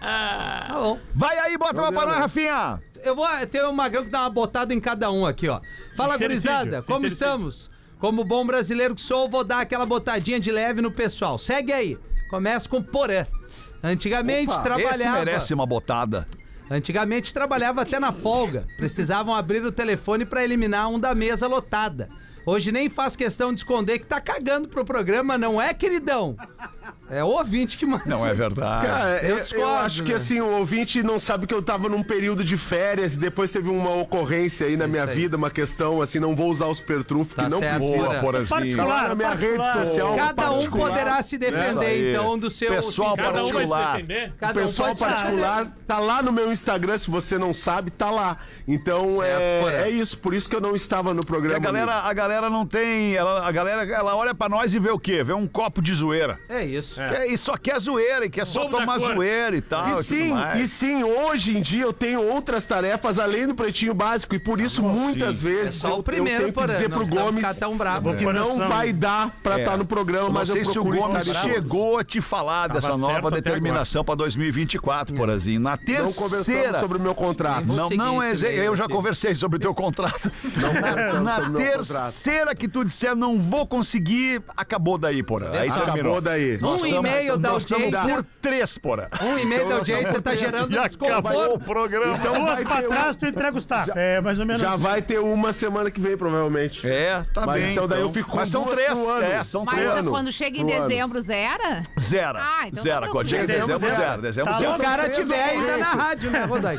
Speaker 7: Tá bom.
Speaker 4: Vai aí, bota uma pra nós, Rafinha.
Speaker 7: Eu vou ter uma grande que dá uma botada em cada um aqui, ó. Fala,
Speaker 6: Sincericídio,
Speaker 7: gurizada, como
Speaker 6: sincericídio.
Speaker 7: estamos? Como bom brasileiro que sou, vou dar aquela botadinha de leve no pessoal. Segue aí. Começa com Porã. Antigamente
Speaker 4: Esse
Speaker 7: trabalhava.
Speaker 4: merece um- uma botada.
Speaker 7: Antigamente trabalhava até na folga. Precisavam abrir o telefone pra eliminar um da mesa lotada. Hoje nem faz questão de esconder que tá cagando pro programa, não é, queridão? É o ouvinte que manda.
Speaker 4: Não é verdade.
Speaker 8: Cara,
Speaker 7: Eu
Speaker 8: eu, eu
Speaker 7: discordo,
Speaker 8: acho que
Speaker 7: né?
Speaker 8: assim, o ouvinte não sabe que eu tava num período de férias e depois teve uma ocorrência aí na minha
Speaker 7: É aí.
Speaker 8: vida, uma questão assim, não vou usar os pertrunfos,
Speaker 7: Tá
Speaker 8: que não
Speaker 7: certo,
Speaker 8: precisa.
Speaker 7: Porã.
Speaker 8: Tá lá
Speaker 6: Particular,
Speaker 8: na minha
Speaker 6: particular.
Speaker 8: rede social.
Speaker 7: Cada um
Speaker 8: particular.
Speaker 7: poderá se defender,
Speaker 4: aí.
Speaker 7: então, do seu.
Speaker 4: Pessoal
Speaker 7: Cada um-
Speaker 4: particular.
Speaker 9: defender?
Speaker 7: cada um
Speaker 8: O pessoal
Speaker 7: pode se
Speaker 8: particular tá lá no meu Instagram, se você não sabe, tá lá. Então
Speaker 7: Certo, Porã.
Speaker 8: é, é isso, por isso que é eu não estava no
Speaker 4: Porque
Speaker 8: programa.
Speaker 4: a galera, a galera não tem. Ela, a galera ela olha pra nós e vê o quê? Vê um copo de zoeira.
Speaker 7: defender. É isso.
Speaker 4: É, e só quer zoeira, e quer só
Speaker 9: Vamos
Speaker 4: tomar
Speaker 9: dar cor.
Speaker 4: zoeira e tal.
Speaker 8: E
Speaker 4: tudo
Speaker 8: sim,
Speaker 4: mais.
Speaker 8: e sim, hoje em dia eu tenho outras tarefas além do pretinho básico e por isso muitas
Speaker 7: Ah, É
Speaker 8: vezes
Speaker 7: só
Speaker 8: eu,
Speaker 7: o
Speaker 8: eu
Speaker 7: primeiro,
Speaker 8: tenho que
Speaker 7: Porã.
Speaker 8: dizer
Speaker 7: não
Speaker 8: pro
Speaker 7: precisa ficar
Speaker 8: Gomes
Speaker 7: tão bravo.
Speaker 6: Vou
Speaker 8: que não
Speaker 6: Coração.
Speaker 8: vai dar pra estar no programa,
Speaker 4: Eu
Speaker 8: mas
Speaker 4: não sei
Speaker 8: eu
Speaker 4: se o
Speaker 8: procuro
Speaker 4: Gomes
Speaker 8: estar em todos.
Speaker 4: chegou a te falar dessa
Speaker 9: certo
Speaker 4: nova
Speaker 9: até
Speaker 4: determinação para 2024, Porazinho. assim. Na
Speaker 8: É. Não
Speaker 4: terceira.
Speaker 8: conversamos sobre o meu contrato.
Speaker 7: Vou
Speaker 4: Não,
Speaker 7: seguir
Speaker 4: não, é,
Speaker 7: esse meio
Speaker 4: eu já
Speaker 7: aqui.
Speaker 4: conversei sobre o teu contrato. na
Speaker 8: conversamos
Speaker 4: na
Speaker 8: sobre o meu contrato.
Speaker 4: terceira que tu disser não vou conseguir, acabou daí, Porã. Aí
Speaker 7: Pessoal,
Speaker 4: terminou.
Speaker 8: Acabou daí.
Speaker 7: Um
Speaker 4: Nós tamo-
Speaker 7: e-mail da
Speaker 4: nós estamos
Speaker 7: audiência.
Speaker 4: por três, Porã.
Speaker 7: Um e-mail da audiência tá gerando
Speaker 4: Então, E acabou o
Speaker 7: desconforto.
Speaker 4: programa.
Speaker 6: Duas
Speaker 8: Então vai
Speaker 6: pra
Speaker 8: ter
Speaker 6: trás, tu entrega os tacos. É, mais ou menos.
Speaker 8: Já vai ter uma semana que vem, provavelmente.
Speaker 4: É, tá
Speaker 8: Mas
Speaker 4: bem.
Speaker 8: então daí eu fico com
Speaker 4: Mas são
Speaker 8: duas
Speaker 4: três.
Speaker 8: pro ano.
Speaker 4: É, são
Speaker 5: Mas
Speaker 4: três.
Speaker 5: é quando chega em
Speaker 8: Pro ano.
Speaker 5: dezembro, zera?
Speaker 4: Zero.
Speaker 5: Ah, então
Speaker 4: zero.
Speaker 5: tá
Speaker 4: Acordei em
Speaker 6: tranquilo.
Speaker 4: dezembro,
Speaker 6: Zero.
Speaker 4: zero. Dezembro,
Speaker 6: Tá
Speaker 7: Se
Speaker 4: zero.
Speaker 7: o cara tiver
Speaker 4: então,
Speaker 7: ainda na rádio, né, Rodai?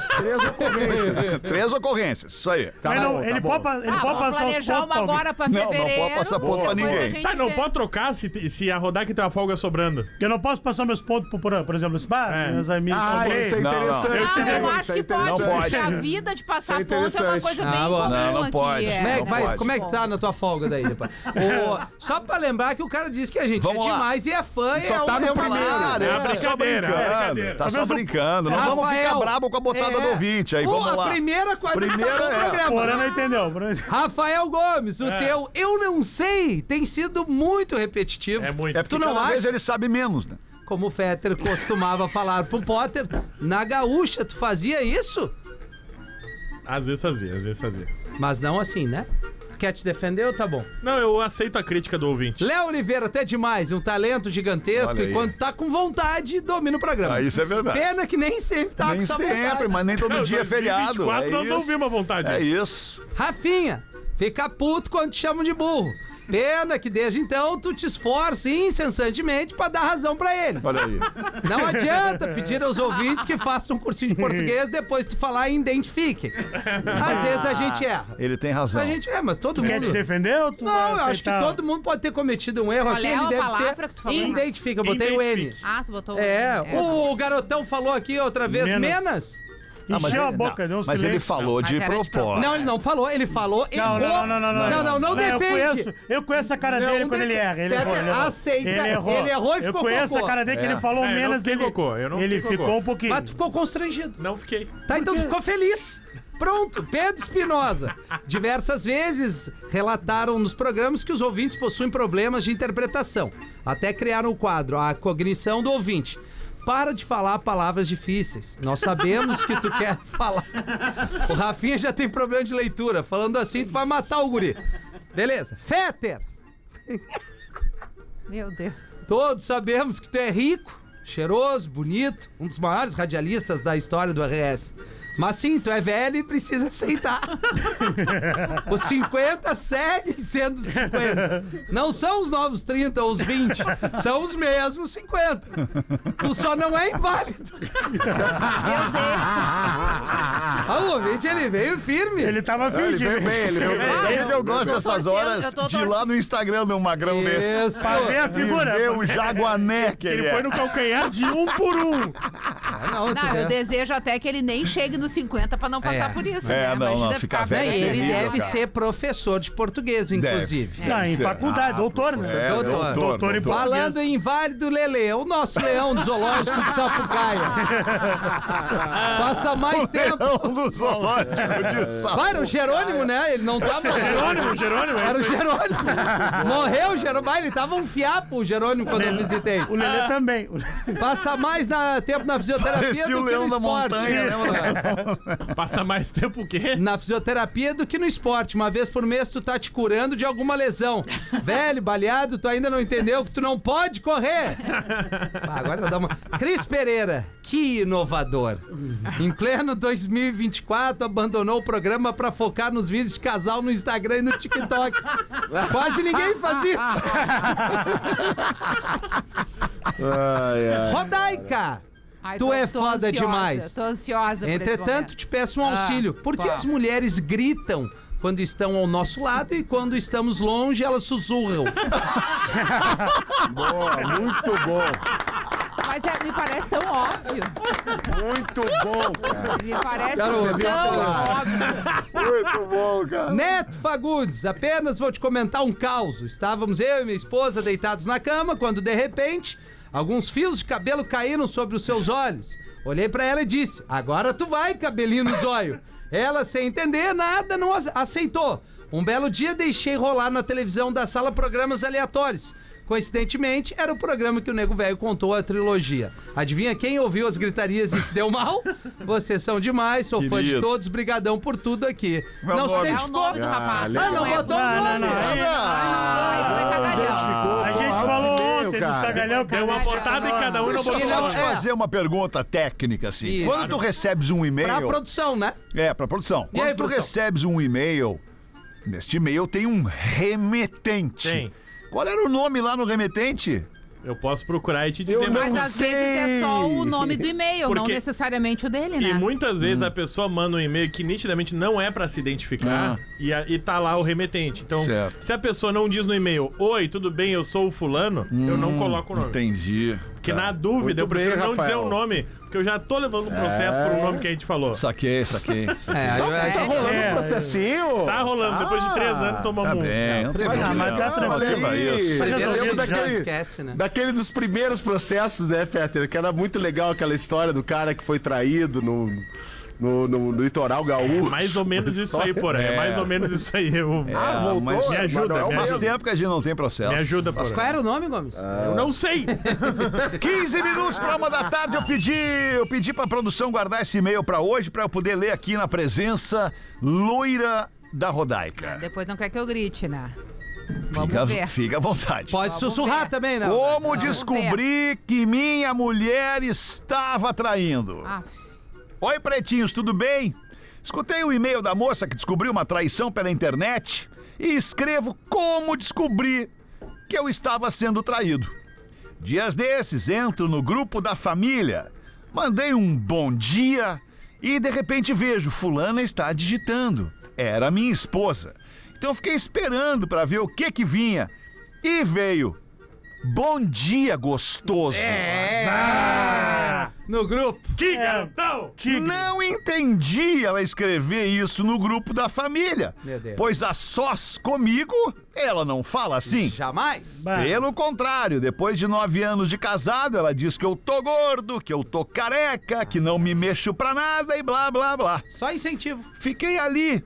Speaker 4: Três ocorrências. Isso aí.
Speaker 8: Tá
Speaker 6: Mas
Speaker 8: bom,
Speaker 6: não,
Speaker 8: tá
Speaker 6: ele
Speaker 8: bom.
Speaker 6: pode, pa- ele
Speaker 5: ah,
Speaker 6: pode
Speaker 5: vamos
Speaker 6: passar os
Speaker 5: planejar
Speaker 6: pontos
Speaker 5: uma
Speaker 6: pra alguém.
Speaker 5: agora pra
Speaker 4: Não, não
Speaker 5: fevereiro.
Speaker 4: pode passar ponto pra
Speaker 5: depois a
Speaker 4: ninguém.
Speaker 5: gente
Speaker 9: Tá, não
Speaker 5: vê.
Speaker 9: pode trocar se, se a rodar que tem a folga sobrando.
Speaker 6: Eu não posso passar meus pontos pro Porã, por exemplo. Assim, bah,
Speaker 9: É.
Speaker 6: meus amigos.
Speaker 8: Ah,
Speaker 6: ok.
Speaker 8: isso é
Speaker 4: Não, não.
Speaker 8: interessante.
Speaker 5: Ah, eu acho
Speaker 8: Isso é
Speaker 5: que pode,
Speaker 8: interessante.
Speaker 4: Não pode.
Speaker 5: porque a vida de
Speaker 8: Isso
Speaker 5: passar
Speaker 8: é
Speaker 5: ponto é uma
Speaker 8: interessante.
Speaker 5: coisa
Speaker 7: Ah,
Speaker 5: bem
Speaker 7: bom.
Speaker 5: comum
Speaker 4: Não, não
Speaker 5: aqui.
Speaker 4: pode.
Speaker 5: é.
Speaker 7: Como é, que
Speaker 4: não
Speaker 7: vai-
Speaker 4: pode.
Speaker 7: como é que tá na tua folga daí, depois? Ô, só pra lembrar que o cara disse que a gente
Speaker 4: Vamos
Speaker 7: é
Speaker 4: lá.
Speaker 7: demais e é fã e
Speaker 8: Só
Speaker 7: é
Speaker 8: tá
Speaker 7: um-
Speaker 8: no
Speaker 7: é uma
Speaker 8: primeiro,
Speaker 7: lara,
Speaker 8: né?
Speaker 7: é.
Speaker 4: É, tá só
Speaker 9: brincadeira, é
Speaker 4: brincando.
Speaker 9: brincadeira.
Speaker 4: Tá só
Speaker 6: Talvez o-
Speaker 4: brincando. Não vamos
Speaker 7: Rafael,
Speaker 4: ficar brabo com a botada
Speaker 7: é.
Speaker 4: do ouvinte. Aí
Speaker 7: Ô,
Speaker 4: vamos
Speaker 7: A
Speaker 4: lá.
Speaker 7: primeira quase
Speaker 4: Primeira
Speaker 7: acabou
Speaker 4: é.
Speaker 7: o
Speaker 6: O Porã não
Speaker 7: programa.
Speaker 6: entendeu. o Porã-
Speaker 7: Tá Rafael Gomes, o teu Eu Não Sei tem sido muito repetitivo.
Speaker 9: É muito.
Speaker 4: É
Speaker 7: Tu
Speaker 4: porque
Speaker 7: não
Speaker 4: cada
Speaker 7: acha?
Speaker 4: vez ele sabe menos, né?
Speaker 7: Como o Fetter costumava falar pro Potter, na gaúcha tu fazia isso?
Speaker 9: Às vezes fazia, às vezes fazia.
Speaker 7: Mas não assim, né? Quer te defender ou tá bom?
Speaker 9: Não, eu aceito a crítica do ouvinte.
Speaker 7: Léo Oliveira, até demais, um talento gigantesco
Speaker 4: Olha
Speaker 7: e
Speaker 4: aí.
Speaker 7: quando tá com vontade, domina o programa.
Speaker 4: Ah, isso é verdade.
Speaker 7: Pena que nem sempre tá
Speaker 4: nem
Speaker 7: com essa
Speaker 4: sempre,
Speaker 7: vontade.
Speaker 4: mas nem todo dia é feriado. É
Speaker 9: 2024 nós não
Speaker 4: isso.
Speaker 9: vimos a vontade.
Speaker 4: É isso.
Speaker 7: Rafinha, fica puto quando te chamam de burro. Pena que desde então tu te esforce incessantemente pra dar razão pra eles.
Speaker 4: Olha aí.
Speaker 7: Não adianta pedir aos ouvintes que façam um cursinho de português depois tu falar e identifique. Às vezes a gente erra.
Speaker 4: Ele tem razão.
Speaker 7: A gente é, mas todo
Speaker 6: Então. Quer te
Speaker 7: mundo.
Speaker 6: defender ou tu vai
Speaker 7: Não, eu acho que
Speaker 6: aceitar?
Speaker 7: todo mundo pode ter cometido um erro
Speaker 5: Qual
Speaker 7: aqui,
Speaker 5: é
Speaker 7: ele
Speaker 5: a
Speaker 7: deve
Speaker 5: palavra
Speaker 7: ser.
Speaker 5: que tu falou?
Speaker 7: Identifica, eu botei o N.
Speaker 9: Identifique.
Speaker 5: Ah, tu botou
Speaker 7: É,
Speaker 5: o-
Speaker 7: o garotão falou aqui outra vez,
Speaker 6: Menos.
Speaker 7: menos.
Speaker 4: Ah, mas
Speaker 6: Encheu a
Speaker 4: ele-
Speaker 6: boca, deu
Speaker 4: não,
Speaker 6: um
Speaker 4: Mas ele
Speaker 6: silêncio.
Speaker 4: falou
Speaker 5: Mas
Speaker 4: de
Speaker 5: era de
Speaker 4: propósito.
Speaker 7: Não, ele não falou, ele falou,
Speaker 6: Não,
Speaker 7: errou.
Speaker 6: não, não, não, não.
Speaker 7: não, não, não
Speaker 6: Eu
Speaker 7: defende.
Speaker 6: conheço, eu conheço a cara
Speaker 7: Não
Speaker 6: dele quando
Speaker 7: defende.
Speaker 6: ele erra. Ele errou, ele errou.
Speaker 7: Aceita. Ele errou e
Speaker 6: Eu
Speaker 7: ficou
Speaker 6: conheço
Speaker 7: cocô.
Speaker 6: a cara dele que ele falou
Speaker 9: É, eu não
Speaker 6: menos.
Speaker 9: fiquei
Speaker 6: Ele,
Speaker 9: cocô, eu não
Speaker 6: ele
Speaker 9: fiquei
Speaker 6: ficou
Speaker 9: cocô.
Speaker 6: um pouquinho.
Speaker 7: Mas tu ficou constrangido.
Speaker 9: Não fiquei.
Speaker 7: Tá, então tu ficou feliz. Pronto, Pedro Espinosa. Diversas vezes relataram nos programas que os ouvintes possuem problemas de interpretação. Até criaram o quadro A Cognição do Ouvinte. Para de falar palavras difíceis. Nós sabemos que tu quer falar. O Rafinha já tem problema de leitura. Falando assim, tu vai matar o guri. Beleza. Fetter,
Speaker 5: Meu Deus.
Speaker 7: Todos sabemos que tu é rico, cheiroso, bonito, um dos maiores radialistas da história do RS. Mas sim, tu é velho e precisa aceitar. os 50 seguem sendo os 50. Não são os novos 30 ou os 20, são os mesmos 50. Tu só não é inválido.
Speaker 4: Ah,
Speaker 7: Meu Deus. Ah, O ouvinte, ele veio firme.
Speaker 6: Ele tava
Speaker 8: Ele
Speaker 6: fingindo.
Speaker 8: veio bem, ele veio bem.
Speaker 4: Sabe que eu gosto dessas
Speaker 5: torcendo,
Speaker 4: horas
Speaker 5: eu tô
Speaker 4: de ir lá
Speaker 5: torcendo.
Speaker 4: no Instagram de um magrão desse.
Speaker 7: Isso.
Speaker 6: Pra ver a figura.
Speaker 4: Ver o jaguané que ele
Speaker 6: Ele foi
Speaker 4: é.
Speaker 6: no calcanhar de um por um.
Speaker 7: na outra,
Speaker 5: Não, eu
Speaker 7: né?
Speaker 5: desejo até que ele nem chegue nos 50 pra não passar
Speaker 7: É.
Speaker 5: por isso,
Speaker 4: É,
Speaker 5: né?
Speaker 4: não,
Speaker 5: Imagina
Speaker 4: não, ficar
Speaker 7: Não,
Speaker 4: velho
Speaker 7: e
Speaker 4: é
Speaker 7: ele
Speaker 4: terrível,
Speaker 7: deve
Speaker 4: cara.
Speaker 7: ser professor de português, inclusive.
Speaker 6: Tá, em
Speaker 4: Isso é-
Speaker 6: faculdade,
Speaker 4: Ah,
Speaker 6: doutor, né?
Speaker 4: É,
Speaker 7: Doutor.
Speaker 4: doutor,
Speaker 6: Doutor em
Speaker 4: doutor.
Speaker 7: Falando em Válido Lele, é o nosso leão do zoológico de Sapucaia. Passa mais tempo.
Speaker 4: Leão do zoológico de Sal-
Speaker 7: Vai, era o Jerônimo, né? Ele não tava.
Speaker 6: Jerônimo, Jerônimo.
Speaker 7: Era o Jerônimo. Morreu o Jerônimo. Ah, Ele tava um fiapo, o Jerônimo, quando eu visitei.
Speaker 6: O Lelê também.
Speaker 7: Passa mais na- tempo na fisioterapia
Speaker 4: Parecia
Speaker 7: do
Speaker 4: o
Speaker 7: que no
Speaker 4: leão da
Speaker 7: esporte.
Speaker 4: montanha, né, mano?
Speaker 9: Passa mais tempo o quê?
Speaker 7: na fisioterapia do que no esporte. Uma vez por mês tu tá te curando de alguma lesão. Velho, baleado, tu ainda não entendeu que tu não pode correr. Ah, agora dá uma. Cris Pereira, que inovador. Em pleno 2024, abandonou o programa pra focar nos vídeos de casal no Instagram e no TikTok. Quase ninguém faz isso.
Speaker 8: Ai, ai.
Speaker 7: Rodaica!
Speaker 5: Ai,
Speaker 7: Tu é foda
Speaker 5: ansiosa,
Speaker 7: demais.
Speaker 5: Tô ansiosa por esse
Speaker 7: Entretanto,
Speaker 5: momento.
Speaker 7: te peço um
Speaker 5: Ah,
Speaker 7: auxílio. Por que
Speaker 5: qual?
Speaker 7: as mulheres gritam quando estão ao nosso lado e quando estamos longe elas sussurram?
Speaker 8: Boa, muito bom.
Speaker 5: Mas é, me parece tão óbvio.
Speaker 8: Muito bom, cara.
Speaker 5: Me parece
Speaker 7: Garoto,
Speaker 5: tão
Speaker 7: garoto.
Speaker 5: óbvio.
Speaker 8: Muito bom, cara.
Speaker 7: Neto Fagundes, apenas vou te comentar um caos. Estávamos eu e minha esposa deitados na cama quando, de repente, alguns fios de cabelo caíram sobre os seus olhos. Olhei pra ela e disse: Agora tu vai, cabelinho no zóio. Ela, sem entender nada, não ace- aceitou. Um belo dia deixei rolar na televisão da sala programas aleatórios. Coincidentemente, era o programa que o Nego Velho contou a trilogia. Adivinha quem ouviu as gritarias e se deu mal? Vocês são demais, sou fã de
Speaker 4: Querido.
Speaker 7: todos, brigadão por tudo aqui.
Speaker 4: Meu
Speaker 7: não se
Speaker 4: nome.
Speaker 5: É o
Speaker 7: identificou?
Speaker 5: nome do rapaz.
Speaker 8: legal.
Speaker 7: Ah, não
Speaker 5: é
Speaker 7: botou
Speaker 5: o
Speaker 6: Não, não,
Speaker 5: nome.
Speaker 6: não. aí-
Speaker 5: Ai, foi cagalhão.
Speaker 6: A gente falou ontem do Sagalhão, que
Speaker 9: Deu uma
Speaker 5: Caralho,
Speaker 9: botada em cada um e não
Speaker 4: Deixa eu
Speaker 9: botou
Speaker 7: Ele
Speaker 4: só
Speaker 7: não-
Speaker 9: nome.
Speaker 4: te
Speaker 7: é.
Speaker 4: fazer uma pergunta técnica, assim.
Speaker 7: Isso.
Speaker 4: Quando tu recebes um
Speaker 7: Pra
Speaker 4: e-mail...
Speaker 7: produção, né?
Speaker 4: É, pra produção.
Speaker 7: E
Speaker 4: Quando
Speaker 7: aí,
Speaker 4: tu
Speaker 7: produção?
Speaker 4: recebes um e-mail, neste e-mail tem um remetente.
Speaker 9: Tem.
Speaker 4: Qual era o nome lá no remetente?
Speaker 9: Eu posso procurar e te dizer mais.
Speaker 5: Mas às vezes é só o nome do e-mail, não
Speaker 9: Porque-
Speaker 5: necessariamente o dele, né?
Speaker 9: E muitas vezes
Speaker 8: Hum.
Speaker 9: a pessoa manda um e-mail que nitidamente não é pra se
Speaker 8: Ah.
Speaker 9: identificar e, a- e tá lá o remetente. Então,
Speaker 4: Certo.
Speaker 9: se a pessoa não diz no e-mail, oi, tudo bem, eu sou o fulano, eu não coloco o nome.
Speaker 4: Hum, Entendi. Tá.
Speaker 9: Porque na dúvida, eu
Speaker 8: Muito bem,
Speaker 9: prefiro não dizer
Speaker 8: Rafael.
Speaker 9: o nome, porque eu já tô levando um processo
Speaker 4: É.
Speaker 9: por um nome que a gente falou.
Speaker 4: Saquei, saquei. saquei.
Speaker 7: É, eu-
Speaker 5: tá
Speaker 7: é-
Speaker 8: Rolando
Speaker 6: É,
Speaker 8: um processinho?
Speaker 9: Tá rolando, depois de três anos tomamos
Speaker 4: é um Tá
Speaker 9: um.
Speaker 4: bem, não tem
Speaker 7: Ah,
Speaker 4: problema.
Speaker 6: mas tá tranquilo.
Speaker 4: Leva isso.
Speaker 6: Mas
Speaker 7: Primeiro
Speaker 6: resolvido,
Speaker 7: lembro
Speaker 6: já
Speaker 7: daquele...
Speaker 8: daquele-
Speaker 7: esquece,
Speaker 5: É.
Speaker 7: né?
Speaker 8: Daquele dos primeiros processos, né, Fetter? Que era muito legal aquela história do cara que foi traído no, no, no- no litoral gaúcho.
Speaker 9: Mais ou menos isso aí, porém. É.
Speaker 4: É.
Speaker 9: mais ou menos isso aí. Eu,
Speaker 8: É,
Speaker 4: Ah, voltou?
Speaker 8: mas-
Speaker 9: Me ajuda,
Speaker 8: Manoel,
Speaker 9: me
Speaker 4: Faz
Speaker 9: ajuda.
Speaker 4: é tempo que a gente não tem processo.
Speaker 9: Me ajuda, porém.
Speaker 7: Qual era o nome, Gomes?
Speaker 6: Ah,
Speaker 9: Eu não sei.
Speaker 4: 15 minutos para uma da tarde. Eu pedi, eu pedi para produção guardar esse e-mail para hoje para eu poder ler aqui na presença loira da Rodaica.
Speaker 5: Depois não quer que eu grite, né? Vamos
Speaker 4: Fica,
Speaker 5: ver.
Speaker 4: fica à vontade.
Speaker 6: tá
Speaker 7: Pode
Speaker 5: Vamos
Speaker 7: sussurrar
Speaker 5: ver.
Speaker 7: também, né?
Speaker 4: Como descobrir que minha mulher estava traindo?
Speaker 5: Ah.
Speaker 4: Oi, pretinhos, tudo bem? Escutei o e-mail da moça que descobriu uma traição pela internet e escrevo como descobri que eu estava sendo traído. Dias desses, entro no grupo da família, mandei um bom dia e de repente vejo: Fulana está digitando. Era minha esposa. Então eu fiquei esperando para ver o que que vinha. E veio. Bom dia, gostoso.
Speaker 7: É. No grupo.
Speaker 9: Que garotão!
Speaker 6: Tigre.
Speaker 4: Não entendi ela escrever isso no grupo da família.
Speaker 7: Meu Deus.
Speaker 4: Pois a sós comigo, ela não fala assim.
Speaker 7: Jamais.
Speaker 6: Bah.
Speaker 4: Pelo contrário, depois de nove anos de casado, ela diz que eu tô gordo, que eu tô careca, que não me mexo pra nada e blá blá blá.
Speaker 7: Só incentivo.
Speaker 4: Fiquei ali,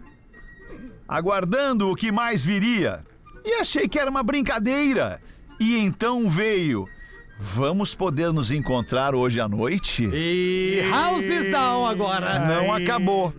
Speaker 4: aguardando o que mais viria. E achei que era uma brincadeira. E então veio. Vamos poder nos encontrar hoje à noite?
Speaker 7: E Houses Down agora.
Speaker 6: Ah,
Speaker 4: Não acabou.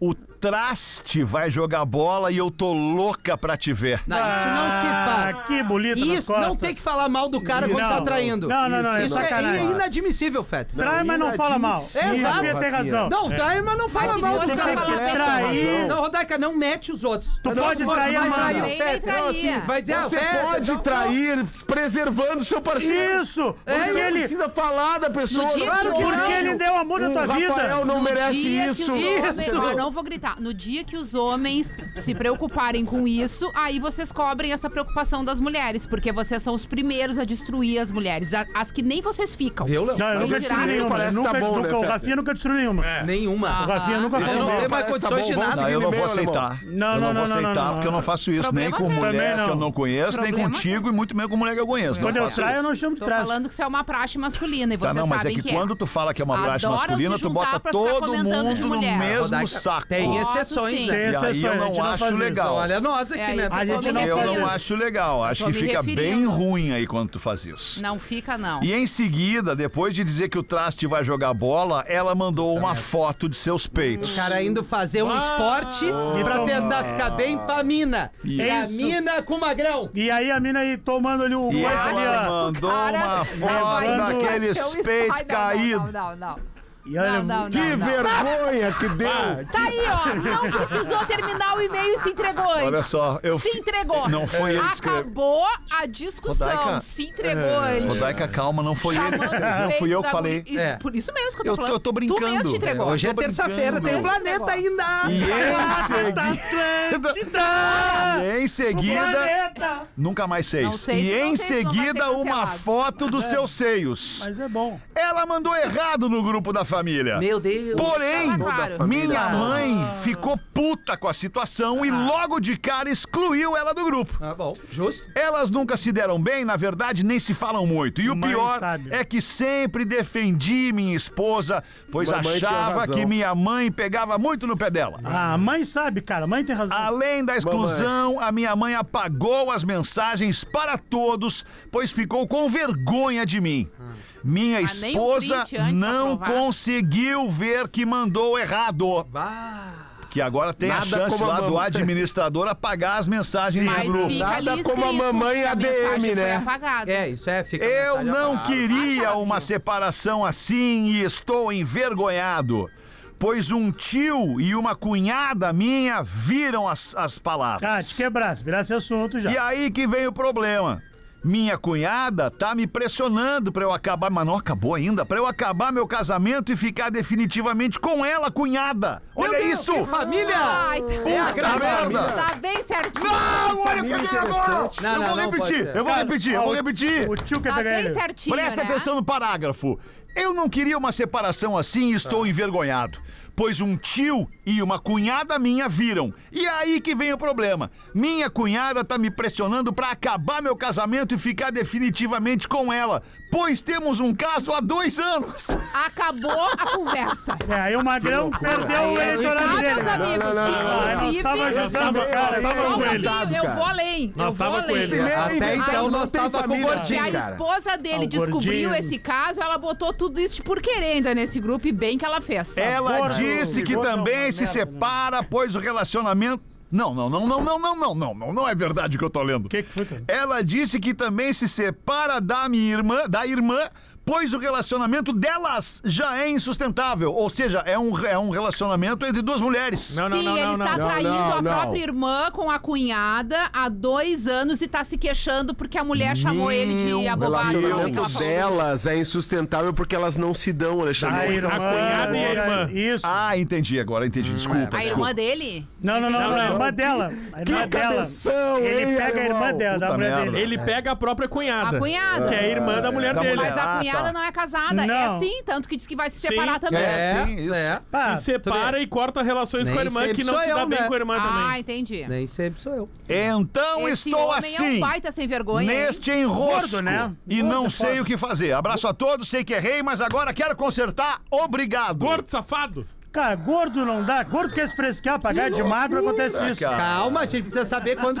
Speaker 4: O traste vai jogar bola e eu tô louca pra te ver.
Speaker 7: Não, isso não se faz.
Speaker 6: Ah, que bonito nas
Speaker 7: Isso, não
Speaker 6: costas.
Speaker 7: tem que falar mal do cara quando
Speaker 6: Não.
Speaker 7: tá traindo.
Speaker 6: Não, não, não, é
Speaker 7: Isso é
Speaker 6: sacanagem.
Speaker 7: inadmissível, Feta.
Speaker 6: Trai, mas não fala mal.
Speaker 8: Inadmissível,
Speaker 6: Isso,
Speaker 7: Rafinha.
Speaker 6: tem razão.
Speaker 7: Não,
Speaker 6: É.
Speaker 7: trai, mas não fala
Speaker 5: Mas se
Speaker 7: mal
Speaker 5: fosse
Speaker 7: do
Speaker 5: pra
Speaker 7: cara.
Speaker 5: falar bem,
Speaker 6: Trair.
Speaker 7: Não, Rodaica, não mete os outros.
Speaker 6: Tu pode
Speaker 7: Não,
Speaker 6: trair a
Speaker 7: vai trair
Speaker 6: Amanda.
Speaker 7: o
Speaker 5: Nem
Speaker 7: Fetter.
Speaker 5: me traía.
Speaker 7: Vai dizer, ah,
Speaker 8: Você
Speaker 7: Fetter,
Speaker 8: pode
Speaker 7: não-
Speaker 8: trair preservando seu parceiro.
Speaker 6: Isso! Porque
Speaker 8: Você não
Speaker 6: ele.
Speaker 8: precisa falar da pessoa.
Speaker 5: No dia
Speaker 8: claro
Speaker 5: que
Speaker 8: que
Speaker 5: eu-
Speaker 8: não.
Speaker 6: Porque ele deu amor na
Speaker 8: O
Speaker 6: tua vida.
Speaker 8: Rafael não
Speaker 5: No
Speaker 8: merece
Speaker 5: dia que
Speaker 8: isso.
Speaker 5: os homens-
Speaker 7: Isso.
Speaker 5: Eu não vou gritar tá. No dia que os homens se preocuparem com isso, aí vocês cobrem essa preocupação das mulheres, porque vocês são os primeiros a destruir as mulheres, a- as que nem vocês ficam.
Speaker 7: Viu, Léo?
Speaker 6: Não, eu nunca
Speaker 5: Vem
Speaker 6: destruí
Speaker 5: girar,
Speaker 6: nenhuma. Eu
Speaker 8: parece
Speaker 6: nunca,
Speaker 8: tá bom,
Speaker 6: nunca-
Speaker 8: né,
Speaker 6: o
Speaker 8: Fede?
Speaker 6: Rafinha nunca destruiu nenhuma.
Speaker 9: É.
Speaker 7: Nenhuma.
Speaker 6: O
Speaker 5: Ah,
Speaker 6: Rafinha nunca
Speaker 7: Isso
Speaker 6: falou
Speaker 7: não
Speaker 6: nenhuma.
Speaker 7: tem mais
Speaker 5: Tá
Speaker 7: condições de nada.
Speaker 4: Ah, eu não vou
Speaker 8: Primeiro,
Speaker 4: aceitar.
Speaker 6: Não,
Speaker 4: eu
Speaker 6: não,
Speaker 4: não,
Speaker 6: não,
Speaker 4: vou
Speaker 6: não,
Speaker 4: aceitar,
Speaker 6: não, não.
Speaker 4: porque eu não faço isso nem
Speaker 5: Problema
Speaker 4: com
Speaker 5: meu.
Speaker 4: mulher
Speaker 6: Também
Speaker 4: que eu
Speaker 6: não.
Speaker 4: não conheço, nem
Speaker 5: Problema
Speaker 4: contigo, e muito menos com mulher que eu conheço.
Speaker 6: Quando
Speaker 4: não
Speaker 6: eu
Speaker 4: faço
Speaker 6: traio, eu
Speaker 4: isso.
Speaker 6: não chamo de
Speaker 5: Tô
Speaker 6: traço.
Speaker 5: falando que isso é uma praxe masculina e
Speaker 4: Tá,
Speaker 5: vocês
Speaker 4: não, mas é
Speaker 5: sabem
Speaker 4: que
Speaker 5: que
Speaker 4: quando tu fala que é uma praxe
Speaker 5: Adoram se
Speaker 4: masculina, tu
Speaker 5: juntar
Speaker 4: bota
Speaker 5: pra ficar
Speaker 4: todo
Speaker 5: comentando de
Speaker 4: mundo no
Speaker 5: mulher.
Speaker 4: mesmo
Speaker 7: Rodaica,
Speaker 4: saco.
Speaker 7: Tem
Speaker 5: Gosto,
Speaker 7: exceções,
Speaker 5: sim.
Speaker 7: né?
Speaker 6: Tem
Speaker 4: E aí eu
Speaker 6: exceções, a
Speaker 4: não
Speaker 6: gente não
Speaker 4: acho
Speaker 6: faz isso.
Speaker 4: legal.
Speaker 7: Olha nós aqui,
Speaker 5: É,
Speaker 7: né?
Speaker 5: aí
Speaker 6: A gente
Speaker 5: tô me
Speaker 6: não-
Speaker 4: Eu não
Speaker 5: referindo.
Speaker 4: acho legal. Acho
Speaker 5: Tô
Speaker 4: que
Speaker 5: me
Speaker 4: fica bem
Speaker 5: referindo.
Speaker 4: ruim aí quando tu faz isso.
Speaker 5: Não fica, não.
Speaker 4: E em seguida, depois de dizer que o traste vai jogar bola, ela mandou uma foto de
Speaker 5: Hum.
Speaker 4: seus peitos.
Speaker 7: O
Speaker 5: é
Speaker 7: cara indo fazer
Speaker 4: Ah,
Speaker 7: um esporte pra tentar ficar bem pra mina. E a
Speaker 6: Isso.
Speaker 7: mina com magrão.
Speaker 6: E aí a mina aí tomando ali o
Speaker 4: E
Speaker 6: gole ali,
Speaker 4: ela
Speaker 6: ó.
Speaker 4: mandou
Speaker 5: Cara,
Speaker 4: uma foto
Speaker 6: vai, vai,
Speaker 4: daqueles peitos caídos.
Speaker 5: Não, não, não.
Speaker 6: E olha,
Speaker 5: Não, não,
Speaker 8: Que
Speaker 5: não, não.
Speaker 8: vergonha que
Speaker 6: Ah,
Speaker 8: deu!
Speaker 5: Tá aí, ó. Não precisou terminar o e-mail e se entregou antes.
Speaker 4: Olha só, eu
Speaker 5: Se
Speaker 4: fi-
Speaker 5: entregou.
Speaker 4: Não foi eu que escrevi.
Speaker 5: Acabou a discussão.
Speaker 4: Rodaica, é,
Speaker 5: se entregou antes.
Speaker 4: Rodaica, calma, não foi ele. que
Speaker 5: Chamando
Speaker 4: escreveu, Não
Speaker 5: o
Speaker 4: fui
Speaker 5: peito
Speaker 4: eu que
Speaker 5: da
Speaker 4: falei.
Speaker 5: mulher. E
Speaker 7: É.
Speaker 5: Por isso mesmo que eu tô
Speaker 4: Eu tô-
Speaker 5: falando.
Speaker 4: eu tô
Speaker 5: Tu mesmo
Speaker 4: brincando.
Speaker 5: te entregou.
Speaker 7: Hoje é
Speaker 4: brincando.
Speaker 7: terça-feira, tem o planeta ainda.
Speaker 4: E em
Speaker 5: Tá
Speaker 4: seguida.
Speaker 6: Atlântida!
Speaker 4: E em seguida.
Speaker 6: Planeta!
Speaker 4: Nunca mais seis.
Speaker 5: Não sei se
Speaker 4: e
Speaker 5: não
Speaker 4: em
Speaker 5: sei se não vai ser
Speaker 4: seguida, uma
Speaker 5: cancelado.
Speaker 4: foto dos seus seios.
Speaker 6: É. Mas é bom.
Speaker 4: Ela mandou errado no grupo da família.
Speaker 7: Meu Deus.
Speaker 4: Porém,
Speaker 5: Tá claro.
Speaker 4: minha
Speaker 5: Claro.
Speaker 4: mãe ficou puta com a situação e logo de cara excluiu ela do grupo.
Speaker 7: Ah, bom, justo.
Speaker 4: Elas nunca se deram bem, na verdade, nem se falam muito. E o
Speaker 6: Mãe
Speaker 4: pior
Speaker 6: sabe.
Speaker 4: é que sempre defendi minha esposa, pois
Speaker 8: Mamãe tinha
Speaker 4: achava
Speaker 8: razão.
Speaker 4: que minha mãe pegava muito no pé dela.
Speaker 6: Ah, a mãe sabe, cara. A mãe tem razão.
Speaker 4: Além da exclusão, a minha mãe apagou as mensagens para todos, pois ficou com vergonha de mim. Minha
Speaker 5: Mas Hum. nem um
Speaker 4: esposa
Speaker 5: print antes pra
Speaker 4: não
Speaker 5: provar.
Speaker 4: conseguiu ver que mandou errado. Que agora tem a
Speaker 8: Nada
Speaker 4: chance
Speaker 8: como a
Speaker 4: lá do
Speaker 8: mamãe.
Speaker 4: administrador apagar as mensagens
Speaker 5: Mas
Speaker 4: do grupo.
Speaker 5: fica ali
Speaker 8: Nada como a
Speaker 5: escrito
Speaker 8: mamãe
Speaker 5: que a
Speaker 8: ADM,
Speaker 5: mensagem foi
Speaker 8: né?
Speaker 5: apagada.
Speaker 7: É, isso é, fica. a
Speaker 4: Eu
Speaker 7: mensagem
Speaker 4: não
Speaker 7: apagada.
Speaker 4: queria
Speaker 5: Maravilha.
Speaker 4: uma separação assim e estou envergonhado, pois um tio e uma cunhada minha viram as, as palavras.
Speaker 6: Ah, te quebrasse, virasse assunto já.
Speaker 4: E aí que vem o problema. Minha cunhada tá me pressionando pra eu acabar, mas não acabou ainda, pra eu acabar meu casamento e ficar definitivamente com ela, cunhada.
Speaker 7: Meu
Speaker 4: Olha
Speaker 7: Deus,
Speaker 4: isso!
Speaker 7: que Família!
Speaker 5: Ai,
Speaker 7: É a
Speaker 5: tá-
Speaker 7: grande
Speaker 4: merda!
Speaker 7: família.
Speaker 5: tá bem certinho.
Speaker 4: Não, olha o que vem agora!
Speaker 7: Não,
Speaker 4: eu vou
Speaker 7: não, não pode
Speaker 4: repetir,
Speaker 7: ser.
Speaker 4: eu vou
Speaker 6: Cara,
Speaker 4: repetir,
Speaker 6: ó,
Speaker 4: eu vou
Speaker 6: o-
Speaker 4: repetir.
Speaker 6: O tio quer
Speaker 5: Tá
Speaker 6: pegar
Speaker 5: bem
Speaker 6: ele.
Speaker 5: certinho,
Speaker 4: Presta
Speaker 5: né?
Speaker 4: atenção no parágrafo. Eu não queria uma separação assim e estou
Speaker 6: Ah.
Speaker 4: envergonhado. Pois um tio e uma cunhada minha viram. E é aí que vem o problema. Minha cunhada tá me pressionando pra acabar meu casamento e ficar definitivamente com ela. Pois temos um caso há dois anos.
Speaker 5: Acabou a conversa.
Speaker 6: É, aí o Magrão perdeu o eleitorado
Speaker 5: Ah,
Speaker 6: dele.
Speaker 5: meus amigos,
Speaker 8: Não, não, não, não,
Speaker 6: Ah, nós
Speaker 5: inclusive...
Speaker 6: tava ajudando o cara,
Speaker 8: Não,
Speaker 6: tava
Speaker 5: Não,
Speaker 6: com ele.
Speaker 8: não,
Speaker 5: eu vou além.
Speaker 9: Nós
Speaker 5: eu vou
Speaker 9: tava com
Speaker 5: além.
Speaker 9: ele.
Speaker 7: Até
Speaker 8: Ai,
Speaker 7: então
Speaker 8: não
Speaker 7: nós
Speaker 8: tem
Speaker 7: tava com o
Speaker 8: família.
Speaker 5: Se
Speaker 7: gordinho.
Speaker 5: assim. a
Speaker 8: cara.
Speaker 5: esposa dele
Speaker 6: Ah, o
Speaker 5: descobriu
Speaker 6: gordinho.
Speaker 5: esse caso, ela botou tudo isso por querer ainda nesse grupo e bem que ela fez.
Speaker 4: Ela
Speaker 6: Agora,
Speaker 4: disse que
Speaker 6: não, não,
Speaker 4: também
Speaker 6: não,
Speaker 4: se
Speaker 6: é merda, né?
Speaker 4: separa, pois o relacionamento. Não, não, não, não, não, não, não, não, não, não é verdade o que eu tô lendo.
Speaker 6: O que que foi, cara?
Speaker 4: Ela disse que também se separa da minha irmã, da irmã, pois o relacionamento delas já é insustentável. Ou seja, é um, é um relacionamento entre duas mulheres.
Speaker 9: Não, não,
Speaker 5: Sim,
Speaker 9: não,
Speaker 5: ele
Speaker 9: não,
Speaker 5: está
Speaker 9: não.
Speaker 8: Não,
Speaker 5: traindo
Speaker 8: não,
Speaker 5: a
Speaker 8: não.
Speaker 5: própria irmã com a cunhada há dois anos e tá se queixando porque a mulher chamou ele de
Speaker 8: O
Speaker 6: Ah,
Speaker 5: abobado.
Speaker 8: relacionamento delas é insustentável porque elas não se dão, Alexandre.
Speaker 6: A irmã,
Speaker 9: cunhada e a irmã.
Speaker 6: Isso.
Speaker 4: Ah, entendi agora, entendi. Desculpa,
Speaker 5: A
Speaker 4: desculpa.
Speaker 5: irmã dele?
Speaker 6: Não, não, não, não, é a irmã dela. A irmã dela.
Speaker 8: Que cabeção,
Speaker 6: Ele
Speaker 8: hein,
Speaker 6: pega a irmã
Speaker 8: alemão?
Speaker 6: dela, da
Speaker 4: Puta
Speaker 6: mulher
Speaker 4: merda.
Speaker 6: dele.
Speaker 9: Ele pega É. a própria cunhada.
Speaker 5: A cunhada.
Speaker 9: Que é a irmã da mulher
Speaker 4: Da
Speaker 9: dele.
Speaker 4: mulher.
Speaker 5: Mas a
Speaker 4: Ah,
Speaker 5: cunhada
Speaker 4: tá.
Speaker 5: não é casada. É
Speaker 6: Não.
Speaker 5: sim, tanto que diz que vai se
Speaker 9: Sim.
Speaker 5: separar também.
Speaker 7: É,
Speaker 4: sim, isso.
Speaker 7: é.
Speaker 6: Ah,
Speaker 9: Se separa e corta relações com a
Speaker 7: Nem
Speaker 9: irmã,
Speaker 7: sempre
Speaker 9: que não
Speaker 7: sou
Speaker 9: se dá
Speaker 7: eu,
Speaker 9: bem
Speaker 7: né?
Speaker 9: com a irmã
Speaker 5: Ah,
Speaker 9: também.
Speaker 5: entendi.
Speaker 7: Nem sempre sou eu.
Speaker 4: Então
Speaker 5: Esse
Speaker 4: estou
Speaker 5: homem é um
Speaker 4: assim.
Speaker 5: baita sem vergonha. hein?
Speaker 4: Neste enrosco
Speaker 6: Gordo, né?
Speaker 4: e
Speaker 6: Gordo,
Speaker 4: não
Speaker 6: foda.
Speaker 4: sei o que fazer. Abraço a todos, sei que errei, mas agora quero consertar. Obrigado.
Speaker 9: Gordo safado!
Speaker 6: Cara, gordo não dá. Gordo quer se fresquear, pagar de magro, acontece isso.
Speaker 4: cara.
Speaker 7: Calma, a gente precisa saber quando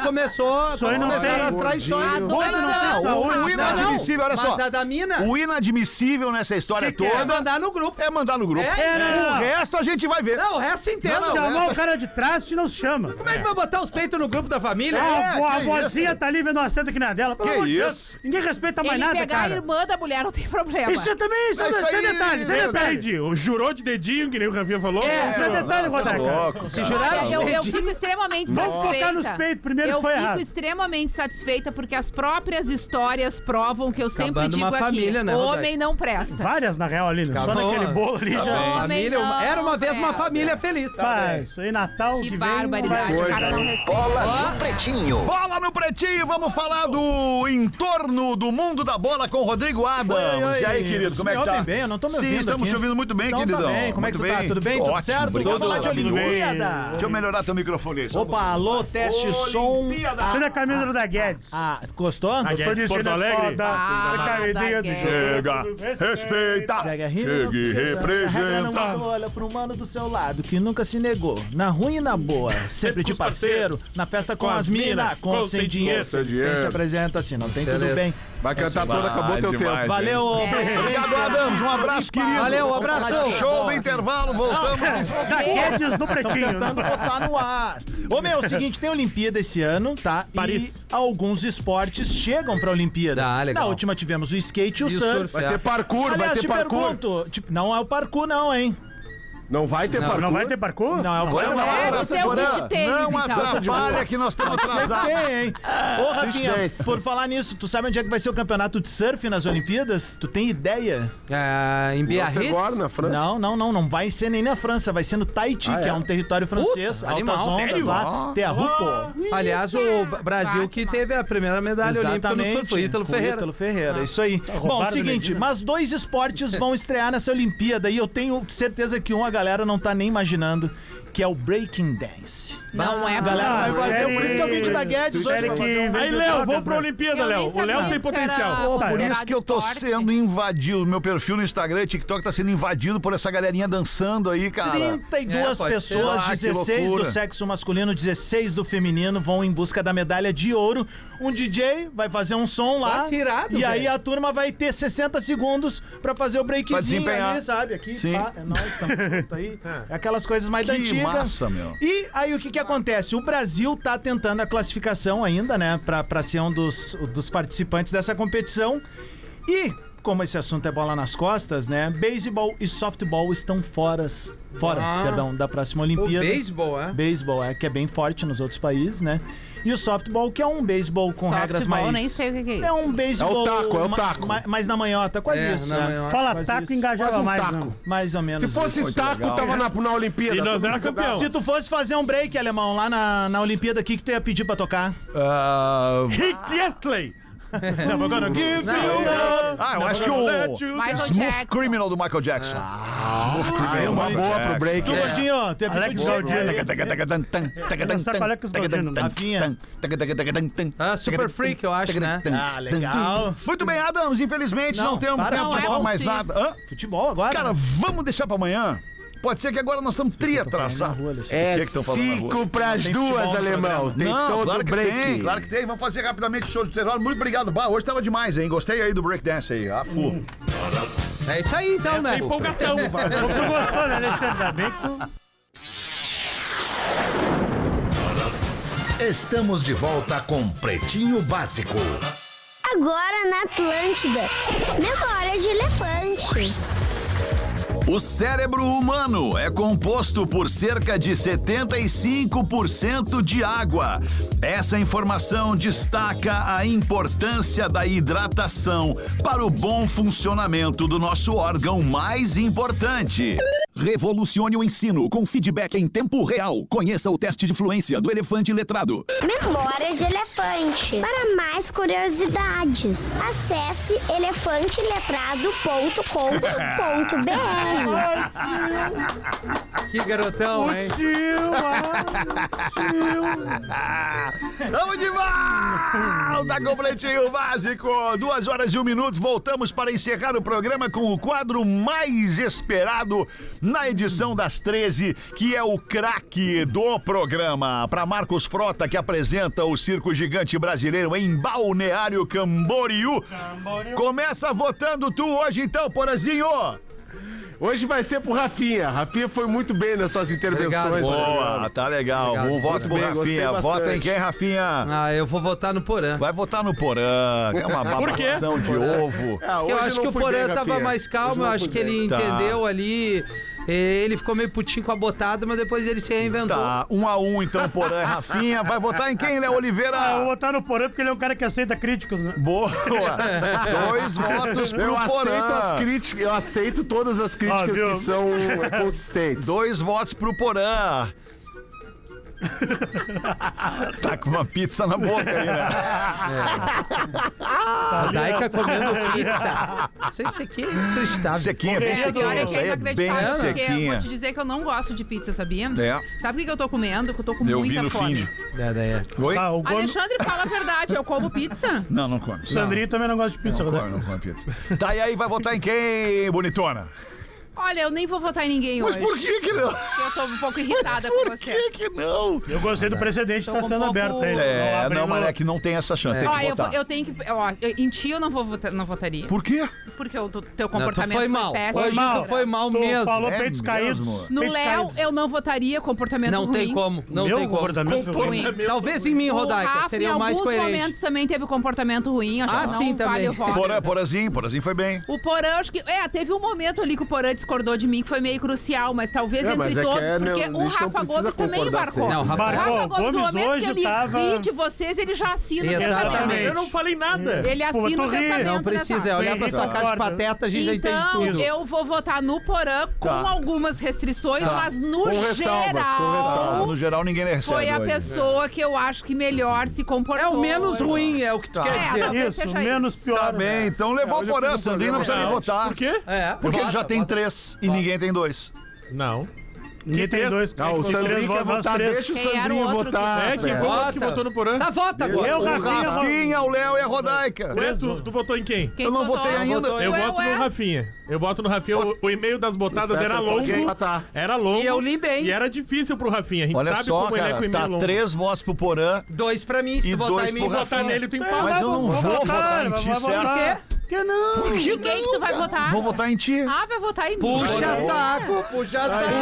Speaker 7: começou.
Speaker 6: Isso aí não
Speaker 7: começaram
Speaker 6: tem.
Speaker 7: as
Speaker 5: Ah,
Speaker 7: traições.
Speaker 5: Gordinho.
Speaker 6: Gordo não tem
Speaker 4: Não,
Speaker 6: saúde.
Speaker 4: o, o inadmissível, olha só.
Speaker 7: Mas a da mina
Speaker 4: O inadmissível nessa história
Speaker 6: Que que é?
Speaker 7: vai
Speaker 4: toda
Speaker 7: mandar no grupo.
Speaker 4: é mandar no grupo.
Speaker 7: É,
Speaker 6: não,
Speaker 4: O
Speaker 6: não.
Speaker 4: resto a gente vai ver.
Speaker 7: Não, o resto entendo.
Speaker 4: Não, não,
Speaker 7: Como
Speaker 6: Chamou o cara de traste e não se chama.
Speaker 7: é que vai botar os peitos no grupo da família?
Speaker 6: Ah,
Speaker 4: É,
Speaker 6: a avó- a
Speaker 4: que
Speaker 6: vozinha
Speaker 4: isso?
Speaker 6: tá ali vendo umas tetas aqui na dela. Pelo
Speaker 4: Que
Speaker 6: amor de Deus,
Speaker 4: isso?
Speaker 6: Ninguém respeita mais
Speaker 5: Ele
Speaker 6: nada,
Speaker 5: pegar
Speaker 6: cara.
Speaker 5: a irmã da mulher não tem problema.
Speaker 6: Isso também, isso,
Speaker 4: É
Speaker 6: é
Speaker 4: isso
Speaker 6: isso é
Speaker 4: aí,
Speaker 6: detalhe, isso é
Speaker 4: meu
Speaker 6: detalhe.
Speaker 9: Jurou de dedinho, que nem o Ravinha
Speaker 11: falou? Tá
Speaker 7: É,
Speaker 6: Isso é detalhe, Guadalajara.
Speaker 7: Se juraram
Speaker 5: Eu, eu
Speaker 7: os
Speaker 5: fico extremamente
Speaker 6: Vamos
Speaker 5: satisfeita.
Speaker 6: focar nos peitos, primeiro
Speaker 5: eu
Speaker 6: que foi
Speaker 5: fico
Speaker 6: errado.
Speaker 5: extremamente satisfeita porque as próprias histórias provam que eu sempre
Speaker 7: Acabando
Speaker 5: digo
Speaker 7: uma
Speaker 5: aqui:
Speaker 7: família, né,
Speaker 5: homem não presta.
Speaker 6: Várias, na real, ali, né? Só
Speaker 7: Acabou.
Speaker 6: naquele bolo ali já.
Speaker 5: Acabou.
Speaker 7: família, uma-
Speaker 5: Homem
Speaker 7: era uma vez uma
Speaker 5: não,
Speaker 7: família feliz.
Speaker 6: Pá, isso aí, Natal
Speaker 5: Que
Speaker 6: que vem. não vai-
Speaker 5: barbaridade. O cara não respeita.
Speaker 4: Bola no pretinho, vamos falar do entorno do mundo da bola com Rodrigo Adams.
Speaker 9: oi.
Speaker 4: E aí, querido, como é que
Speaker 9: Me
Speaker 4: tá?
Speaker 9: ouvem bem? Eu não tô me
Speaker 4: Sim,
Speaker 9: ouvindo
Speaker 4: estamos
Speaker 9: aqui.
Speaker 4: te ouvindo muito bem,
Speaker 9: Então tá
Speaker 4: queridão.
Speaker 9: bem, como é que
Speaker 4: Muito
Speaker 9: tu tá?
Speaker 4: bem.
Speaker 9: Tudo bem? Tudo
Speaker 4: Ótimo,
Speaker 9: certo? Vamos
Speaker 4: obrigado.
Speaker 9: falar de Olimpíada.
Speaker 4: Deixa eu melhorar teu microfone aí. só um
Speaker 9: Opa, alô, teste som.
Speaker 6: Isso aí é a camisa do da Guedes.
Speaker 9: Ah, gostou?
Speaker 11: A Guedes,
Speaker 6: Tô
Speaker 11: Porto
Speaker 6: dizendo, é
Speaker 11: Alegre?
Speaker 6: foda.
Speaker 5: Ah,
Speaker 6: A caridinha do
Speaker 5: da
Speaker 4: Chega,
Speaker 6: jogo.
Speaker 4: respeita,
Speaker 9: Segue a rima, não
Speaker 4: chega
Speaker 9: se
Speaker 4: e
Speaker 9: esqueça. A regra não
Speaker 4: representa.
Speaker 9: mudou, olha pro humano do seu lado, que nunca se negou. Na ruim e na boa, sempre
Speaker 11: com
Speaker 9: de
Speaker 11: os parceiro,
Speaker 9: parceiro. Na festa com,
Speaker 11: com as
Speaker 9: as mina,
Speaker 11: mina,
Speaker 9: com ou sem dinheiro.
Speaker 11: sem
Speaker 9: Sem
Speaker 8: dinheiro.
Speaker 9: se apresenta assim, não tem tudo
Speaker 7: Beleza.
Speaker 9: bem.
Speaker 8: Vai cantar toda,
Speaker 4: tá
Speaker 8: acabou teu tempo.
Speaker 9: Valeu,
Speaker 5: É.
Speaker 9: Bruno.
Speaker 4: Obrigado, Adams, um abraço, querido.
Speaker 7: Valeu, um abraço.
Speaker 4: Show do intervalo, voltamos.
Speaker 6: Da Guedes no pretinho. né?
Speaker 9: Tentando botar Tá no ar. Ô meu, é o seguinte, tem Olimpíada esse ano, tá?
Speaker 11: Paris.
Speaker 9: E alguns esportes chegam pra Olimpíada.
Speaker 7: Tá, legal.
Speaker 9: Na última tivemos o skate e o
Speaker 7: E o
Speaker 9: surf.
Speaker 7: surf.
Speaker 8: Vai ter parkour,
Speaker 9: Aliás,
Speaker 8: vai
Speaker 9: te
Speaker 8: ter parkour.
Speaker 9: pergunto, tipo, não é o parkour não, hein?
Speaker 8: Não vai ter parkour.
Speaker 6: Não vai ter parkour?
Speaker 9: Não, é o
Speaker 8: Não,
Speaker 9: parkour.
Speaker 8: não,
Speaker 5: É,
Speaker 8: não,
Speaker 5: você é o
Speaker 8: Porã,
Speaker 5: beat tênis,
Speaker 4: Não
Speaker 5: então.
Speaker 4: atrapalha que nós estamos
Speaker 9: Você
Speaker 4: atrasados.
Speaker 9: tem, hein? Ô, Rafinha,
Speaker 8: é Assistência.
Speaker 9: por falar nisso, tu sabe onde é que vai ser o campeonato de surf nas Olimpíadas? Tu tem ideia?
Speaker 7: Ah, em Biarritz.
Speaker 8: Agora na França.
Speaker 9: Não, não, não. Não vai ser nem na França. Vai ser no Tahiti,
Speaker 4: Ah,
Speaker 9: que é? um território francês. altas
Speaker 7: animal,
Speaker 9: ondas
Speaker 7: sério?
Speaker 9: lá. Terra
Speaker 4: Ah.
Speaker 9: Rupo.
Speaker 7: Aliás, o Brasil que teve a primeira medalha olímpica no surf, o Ítalo
Speaker 9: com
Speaker 7: Ferreira. Ah. Tá
Speaker 9: Ítalo Ferreira, é isso aí. Bom,
Speaker 6: roubaram do
Speaker 9: seguinte,
Speaker 6: Medina.
Speaker 9: mas dois esportes vão estrear nessa Olimpíada e eu tenho certeza que um a galera não tá nem imaginando, que é o Breaking Dance.
Speaker 5: Não é
Speaker 9: Galera,
Speaker 5: possível.
Speaker 9: vai fazer, por isso que eu vim de da Guedes hoje
Speaker 6: Série
Speaker 9: pra
Speaker 6: que
Speaker 9: fazer
Speaker 11: Aí,
Speaker 6: vendeu
Speaker 11: Léo,
Speaker 6: drogas,
Speaker 11: vamos pra
Speaker 6: né? Tá,
Speaker 11: Olimpíada,
Speaker 5: Eu nem
Speaker 11: Léo. O Léo
Speaker 5: sabia
Speaker 11: tem
Speaker 5: que isso era
Speaker 11: potencial.
Speaker 4: Pô, por
Speaker 5: considerado
Speaker 4: é isso que eu tô
Speaker 5: esporte.
Speaker 4: sendo invadido. Meu perfil no Instagram e TikTok tá sendo invadido por essa galerinha dançando aí, cara.
Speaker 9: 32
Speaker 7: É, pode ser.
Speaker 9: pessoas,
Speaker 4: Ah, que
Speaker 9: 16 do
Speaker 4: loucura.
Speaker 9: sexo masculino, 16 do feminino, vão em busca da medalha de ouro. Um DJ vai fazer um som lá.
Speaker 5: Tá
Speaker 7: Ah, que irado,
Speaker 9: e aí
Speaker 7: velho.
Speaker 9: a turma vai ter 60 segundos pra fazer o
Speaker 4: Pra
Speaker 9: breakzinho
Speaker 4: desempenhar.
Speaker 9: ali, sabe? Aqui,
Speaker 4: Sim.
Speaker 9: pá, é nóis, tamo junto aí. É Aquelas coisas mais
Speaker 4: Que
Speaker 9: antigas.
Speaker 4: massa, meu.
Speaker 9: E aí o que que acontece? O Brasil tá tentando a classificação ainda, né? Pra, pra ser um dos, dos participantes dessa competição. E, como esse assunto é bola nas costas, né? Beisebol e softball estão fora, fora,
Speaker 7: Ah.
Speaker 9: perdão, da próxima
Speaker 7: O
Speaker 9: Olimpíada.
Speaker 7: beisebol, é?
Speaker 9: Beisebol é que é bem forte nos outros países, né? E o softball, que é um beisebol com
Speaker 5: Softball,
Speaker 9: regras mais.
Speaker 5: nem sei o que que é isso.
Speaker 9: É um beisebol.
Speaker 8: taco, é o
Speaker 9: ma-
Speaker 8: taco.
Speaker 9: ma- mais na manhota, quase
Speaker 7: É,
Speaker 9: isso,
Speaker 7: na
Speaker 9: né?
Speaker 7: manhota.
Speaker 6: Fala
Speaker 9: Mas
Speaker 6: taco
Speaker 9: isso-
Speaker 6: engajava
Speaker 8: Quase um
Speaker 6: mais,
Speaker 8: taco.
Speaker 6: não.
Speaker 9: Mais ou menos.
Speaker 8: Se
Speaker 9: isso.
Speaker 8: fosse taco, tava na, na Olimpíada.
Speaker 11: E nós
Speaker 8: Todo
Speaker 11: era
Speaker 8: mundo
Speaker 11: campeão.
Speaker 9: Se tu fosse fazer um break,
Speaker 8: é
Speaker 9: alemão, lá na, na Olimpíada, o que, que tu ia pedir pra tocar?
Speaker 11: Rick Astley.
Speaker 9: Não, vou agora. Give
Speaker 11: né?
Speaker 9: you up.
Speaker 4: Ah, eu acho que o
Speaker 5: Michael
Speaker 4: Smooth
Speaker 5: Jackson.
Speaker 4: Criminal do Michael Jackson.
Speaker 8: Ah, é uma boa pro break.
Speaker 9: Tu,
Speaker 8: né?
Speaker 9: gordinho, tu ia pedir
Speaker 6: Alex
Speaker 9: o quê?
Speaker 6: Galdino.
Speaker 7: Ah, Super Freak, eu acho, né?
Speaker 9: Ah, legal.
Speaker 4: Muito bem, Adams, infelizmente não, temos
Speaker 9: para,
Speaker 4: tempo
Speaker 5: não
Speaker 4: de
Speaker 5: é
Speaker 4: falar
Speaker 5: bom,
Speaker 4: mais
Speaker 5: sim.
Speaker 4: nada. Hã?
Speaker 9: Futebol agora.
Speaker 4: Cara, vamos deixar pra amanhã? Pode ser que agora nós estamos tri atrasados.
Speaker 8: É
Speaker 4: que que tão falando na rua?
Speaker 8: cinco pras duas, alemão. Tem
Speaker 4: Não,
Speaker 8: todo
Speaker 4: claro que
Speaker 8: break.
Speaker 4: tem, claro que tem. Vamos fazer rapidamente o show de terror. Muito obrigado, Bah. Hoje tava demais, hein? Gostei aí do breakdance aí. A fu.
Speaker 7: É isso aí, então, né?
Speaker 11: Sem empolgação.
Speaker 6: Tu gostou, né, Alexandre? Ainda bem que tu-
Speaker 12: Estamos de volta com Pretinho Básico.
Speaker 13: Agora na Atlântida. Memória de elefante.
Speaker 4: O cérebro humano é composto por cerca de 75% de água. Essa informação destaca a importância da hidratação para o bom funcionamento do nosso órgão mais importante. Revolucione o ensino com feedback em tempo real. Conheça o teste de fluência do elefante letrado.
Speaker 13: Memória de elefante. Para mais curiosidades, acesse elefanteletrado.com.br.
Speaker 7: Que garotão, hein?
Speaker 6: Tio, ah,
Speaker 4: Vamos de volta com o Pretinho Básico. Duas horas e um minuto. Voltamos para encerrar o programa com o quadro mais esperado na edição das 13, que é o craque do programa. Para Marcos Frota, que apresenta o Circo Gigante Brasileiro em Balneário Camboriú. Começa votando tu hoje então, Porazinho.
Speaker 8: Hoje vai ser pro Rafinha. Rafinha foi muito bem nas suas intervenções. né?
Speaker 7: Obrigado.
Speaker 8: Boa.
Speaker 4: tá legal.
Speaker 7: Obrigado.
Speaker 4: Um voto
Speaker 8: Muito
Speaker 4: pro
Speaker 8: bem, gostei
Speaker 4: Rafinha. Vota em
Speaker 8: bastante.
Speaker 4: quem, Rafinha?
Speaker 7: Ah, eu vou votar no Porã.
Speaker 4: Vai votar no Porã, que é uma
Speaker 11: quê?
Speaker 4: babação de ovo.
Speaker 8: Ah, hoje
Speaker 7: Eu acho
Speaker 8: não
Speaker 7: que o
Speaker 8: fui
Speaker 7: Porã
Speaker 8: bem,
Speaker 7: tava
Speaker 8: Rafinha.
Speaker 7: mais calmo,
Speaker 8: Hoje
Speaker 7: eu
Speaker 8: não
Speaker 7: acho
Speaker 8: fui
Speaker 7: que
Speaker 8: bem.
Speaker 7: ele
Speaker 4: Tá.
Speaker 7: entendeu ali E Ele ficou meio putinho com a botada, mas depois ele se reinventou.
Speaker 4: Tá, um a um então, Porã e Rafinha. Vai votar em quem, né, Oliveira?
Speaker 6: Ah, eu vou botar no porão porque ele é um cara que aceita críticas, né?
Speaker 4: Boa! Dois votos pro
Speaker 8: um. Eu aceito
Speaker 4: Porã.
Speaker 8: as críticas, eu aceito todas as
Speaker 6: Ah,
Speaker 8: críticas
Speaker 6: viu?
Speaker 8: que são eh, consistentes. Ah.
Speaker 4: Dois votos pro Porã. tá com uma pizza na boca aí, né?
Speaker 7: A Daica é comendo pizza. Isso, isso aqui é inacreditável.
Speaker 4: Sequinha, bem
Speaker 5: É, pior
Speaker 4: sequinha.
Speaker 5: é que
Speaker 4: Isso
Speaker 5: é
Speaker 4: aí é bem
Speaker 5: inacreditável, porque eu vou
Speaker 4: sequinha.
Speaker 5: te dizer que eu não gosto de pizza, sabia?
Speaker 4: É.
Speaker 5: Sabe o que que eu tô comendo? Que eu tô com
Speaker 4: Eu vi
Speaker 5: muita
Speaker 4: no
Speaker 5: fome.
Speaker 4: fim.
Speaker 7: É, daí é.
Speaker 4: Oi?
Speaker 6: Ah, o Gomes...
Speaker 5: Alexandre, fala a verdade, eu como pizza?
Speaker 4: Não, não come.
Speaker 6: Sandrinho também não gosta de pizza,
Speaker 4: Não
Speaker 6: Rodaica.
Speaker 4: come, não come pizza. Tá, e aí vai votar em quem, bonitona?
Speaker 5: Olha, eu nem vou votar em ninguém hoje.
Speaker 4: que que não?
Speaker 5: porque Eu tô um pouco irritada com vocês.
Speaker 4: não?
Speaker 6: Eu gostei do precedente,
Speaker 5: Tô
Speaker 6: tá
Speaker 5: com
Speaker 6: sendo
Speaker 5: um
Speaker 6: aberto
Speaker 5: pouco-
Speaker 6: aí.
Speaker 4: É,
Speaker 6: abre
Speaker 4: não,
Speaker 6: no-
Speaker 4: mas é que não tem essa chance, tem
Speaker 5: Ó,
Speaker 4: que
Speaker 5: eu,
Speaker 4: votar.
Speaker 5: vou- eu tenho que. Ó, eu- em ti eu não vou votar, não votaria.
Speaker 4: Por quê?
Speaker 5: Porque o teu- teu
Speaker 7: Não, tu
Speaker 5: comportamento
Speaker 7: foi mal.
Speaker 5: péssimo.
Speaker 7: Hoje
Speaker 6: mal.
Speaker 7: tu foi mal
Speaker 6: Tu
Speaker 7: mesmo.
Speaker 6: falou
Speaker 4: É
Speaker 6: peitos
Speaker 4: mesmo?
Speaker 6: caídos.
Speaker 5: No
Speaker 6: Peitos
Speaker 5: Léo,
Speaker 6: caídos.
Speaker 5: eu não votaria, comportamento
Speaker 7: Não
Speaker 5: ruim.
Speaker 7: tem como, não
Speaker 6: Meu
Speaker 7: tem como.
Speaker 6: comportamento foi
Speaker 5: Ruim.
Speaker 6: horrível.
Speaker 7: Talvez em mim,
Speaker 5: O
Speaker 7: Rodaica,
Speaker 5: Rafa,
Speaker 7: seria
Speaker 5: em
Speaker 7: o mais
Speaker 5: alguns
Speaker 7: coerente.
Speaker 5: momentos também teve um comportamento ruim. Acho
Speaker 7: Ah,
Speaker 5: que não
Speaker 7: sim, também.
Speaker 5: Vale o voto.
Speaker 4: Porã, Porãzinho, Porãzinho foi bem.
Speaker 5: O Porã, acho que. É, teve um momento ali que o Porã discordou de mim, que foi meio crucial, mas talvez
Speaker 8: É,
Speaker 5: entre
Speaker 8: mas é que
Speaker 5: todos,
Speaker 8: é, né,
Speaker 5: porque
Speaker 8: a gente
Speaker 5: o
Speaker 8: não
Speaker 5: Rafa
Speaker 8: precisa
Speaker 5: Gomes também
Speaker 8: concordar
Speaker 5: embarcou.
Speaker 8: sempre.
Speaker 7: Não,
Speaker 5: o
Speaker 7: Rafa.
Speaker 6: Marcou.
Speaker 5: Rafa Gomes, no
Speaker 6: Gomes
Speaker 5: momento
Speaker 6: hoje
Speaker 5: que ele
Speaker 6: tava-
Speaker 5: ri de vocês, ele já assina o
Speaker 7: Exatamente.
Speaker 5: testamento.
Speaker 9: Eu não falei nada.
Speaker 5: Ele
Speaker 6: Pô,
Speaker 5: assina
Speaker 6: tu
Speaker 5: o
Speaker 6: ri.
Speaker 5: testamento.
Speaker 7: Não precisa, é
Speaker 5: nessa-
Speaker 7: olhar pra sua cara de
Speaker 6: Concordo.
Speaker 7: pateta, a gente já
Speaker 5: Então,
Speaker 7: entende tudo.
Speaker 5: eu vou votar no Porã com algumas restrições,
Speaker 7: Tá.
Speaker 5: mas no
Speaker 8: Tá. Com ressalvas,
Speaker 5: geral.
Speaker 8: com ressalvas.
Speaker 4: No geral, ninguém recebe.
Speaker 5: Foi a
Speaker 4: hoje.
Speaker 5: pessoa que eu acho que melhor se comportou.
Speaker 7: É o menos ruim, é o que tu quer
Speaker 5: É,
Speaker 7: dizer.
Speaker 5: talvez
Speaker 6: Isso,
Speaker 5: seja
Speaker 6: menos
Speaker 5: isso.
Speaker 6: pior.
Speaker 4: Tá bem, então levou o Porã, Sandrinho não precisa nem votar.
Speaker 9: Por quê?
Speaker 7: É,
Speaker 4: Porque ele
Speaker 7: bota,
Speaker 4: já tem
Speaker 7: bota.
Speaker 4: três e ninguém tem dois.
Speaker 9: Não.
Speaker 6: Ninguém tem
Speaker 9: três?
Speaker 6: dois.
Speaker 4: Tá,
Speaker 8: Ah, o
Speaker 6: Os três
Speaker 8: Sandrinho quer
Speaker 6: votos, nós
Speaker 8: votar,
Speaker 6: três.
Speaker 8: deixa o
Speaker 5: Quem era o
Speaker 8: Sandrinho
Speaker 5: outro que-
Speaker 8: votar.
Speaker 9: É, quem
Speaker 8: velho.
Speaker 9: foi o que
Speaker 7: Vota.
Speaker 9: votou no Porã?
Speaker 7: Tá, vota agora.
Speaker 6: Eu,
Speaker 4: É, O
Speaker 6: Rafinha,
Speaker 4: Rafinha, o Léo e a Rodaica.
Speaker 9: Ué, tu, tu votou em quem?
Speaker 5: Quem
Speaker 4: Eu não
Speaker 5: votou?
Speaker 4: votei ainda.
Speaker 7: votou
Speaker 9: Eu é,
Speaker 5: Ué,
Speaker 9: voto
Speaker 5: ué.
Speaker 9: no Rafinha. Eu voto no Rafinha. O, o e-mail das botadas era longo.
Speaker 4: Tá,
Speaker 8: Pode empatar.
Speaker 9: Era longo.
Speaker 7: E eu li bem.
Speaker 9: E era difícil pro Rafinha. A gente
Speaker 4: Olha
Speaker 9: sabe
Speaker 4: só,
Speaker 9: como ele é com o
Speaker 4: cara,
Speaker 9: e-mail
Speaker 4: tá
Speaker 9: longo.
Speaker 4: três votos pro Porã.
Speaker 7: Dois pra mim, se
Speaker 4: E
Speaker 7: tu votar
Speaker 4: dois
Speaker 7: em mim,
Speaker 4: pro
Speaker 9: Votar
Speaker 7: Rafinha.
Speaker 9: nele, tu
Speaker 6: Tá,
Speaker 9: empata.
Speaker 4: Mas eu não Ah, vou votar em
Speaker 6: vai
Speaker 4: ti,
Speaker 6: votar.
Speaker 4: certo?
Speaker 6: Por que não?
Speaker 5: Em quem que tu vai votar?
Speaker 4: Vou votar em ti.
Speaker 5: Ah, vai votar em mim.
Speaker 7: Puxa saco, puxa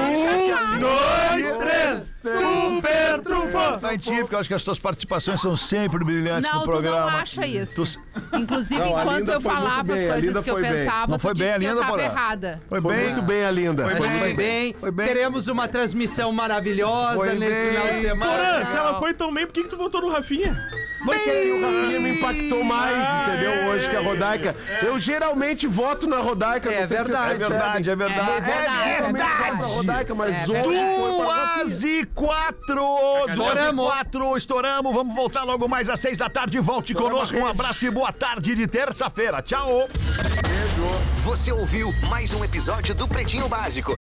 Speaker 7: saco.
Speaker 6: Dois, três, super
Speaker 4: Vou
Speaker 6: trunfo.
Speaker 4: votar em ti, porque eu acho que as tuas participações são sempre brilhantes
Speaker 5: Não,
Speaker 4: no
Speaker 5: tu não
Speaker 4: programa.
Speaker 5: acha isso.
Speaker 4: Tu-
Speaker 5: Inclusive,
Speaker 8: Não, a
Speaker 5: enquanto
Speaker 8: Linda
Speaker 5: eu
Speaker 8: foi muito
Speaker 5: falava
Speaker 8: bem,
Speaker 5: as
Speaker 8: a
Speaker 5: coisas
Speaker 8: Linda
Speaker 5: que eu
Speaker 8: foi bem.
Speaker 5: pensava,
Speaker 4: Não foi
Speaker 5: tu
Speaker 4: bem
Speaker 5: disse
Speaker 4: a
Speaker 5: que eu
Speaker 4: Linda,
Speaker 5: tava
Speaker 4: Porã?
Speaker 5: errada.
Speaker 4: Foi
Speaker 8: Foi
Speaker 4: bem.
Speaker 8: muito bem a linda.
Speaker 4: Foi
Speaker 7: A gente foi bem.
Speaker 4: Foi bem.
Speaker 7: Teremos uma transmissão maravilhosa
Speaker 4: Foi
Speaker 7: nesse
Speaker 4: bem.
Speaker 7: final de semana.
Speaker 9: Porã, se ela foi tão bem, por que, que tu votou no Rafinha?
Speaker 8: Porque aí o Rafinha me impactou mais,
Speaker 4: Ah,
Speaker 8: entendeu?
Speaker 4: é.
Speaker 8: Hoje que a Rodaica. Eu geralmente voto na Rodaica.
Speaker 7: É
Speaker 8: não sei se vocês
Speaker 7: verdade.
Speaker 4: É verdade, é
Speaker 5: É
Speaker 4: verdade.
Speaker 5: verdade, é
Speaker 8: percebem, eu voto
Speaker 5: verdade.
Speaker 8: na Rodaica,
Speaker 7: É
Speaker 8: mas hoje foi pra Rafinha.
Speaker 4: Duas e quatro! Duas e
Speaker 7: Estouramos.
Speaker 4: quatro, estouramos. Vamos voltar logo mais às seis da tarde. Volte conosco. Um abraço e boa tarde de terça-feira. Tchau!
Speaker 14: Você ouviu mais um episódio do Pretinho Básico.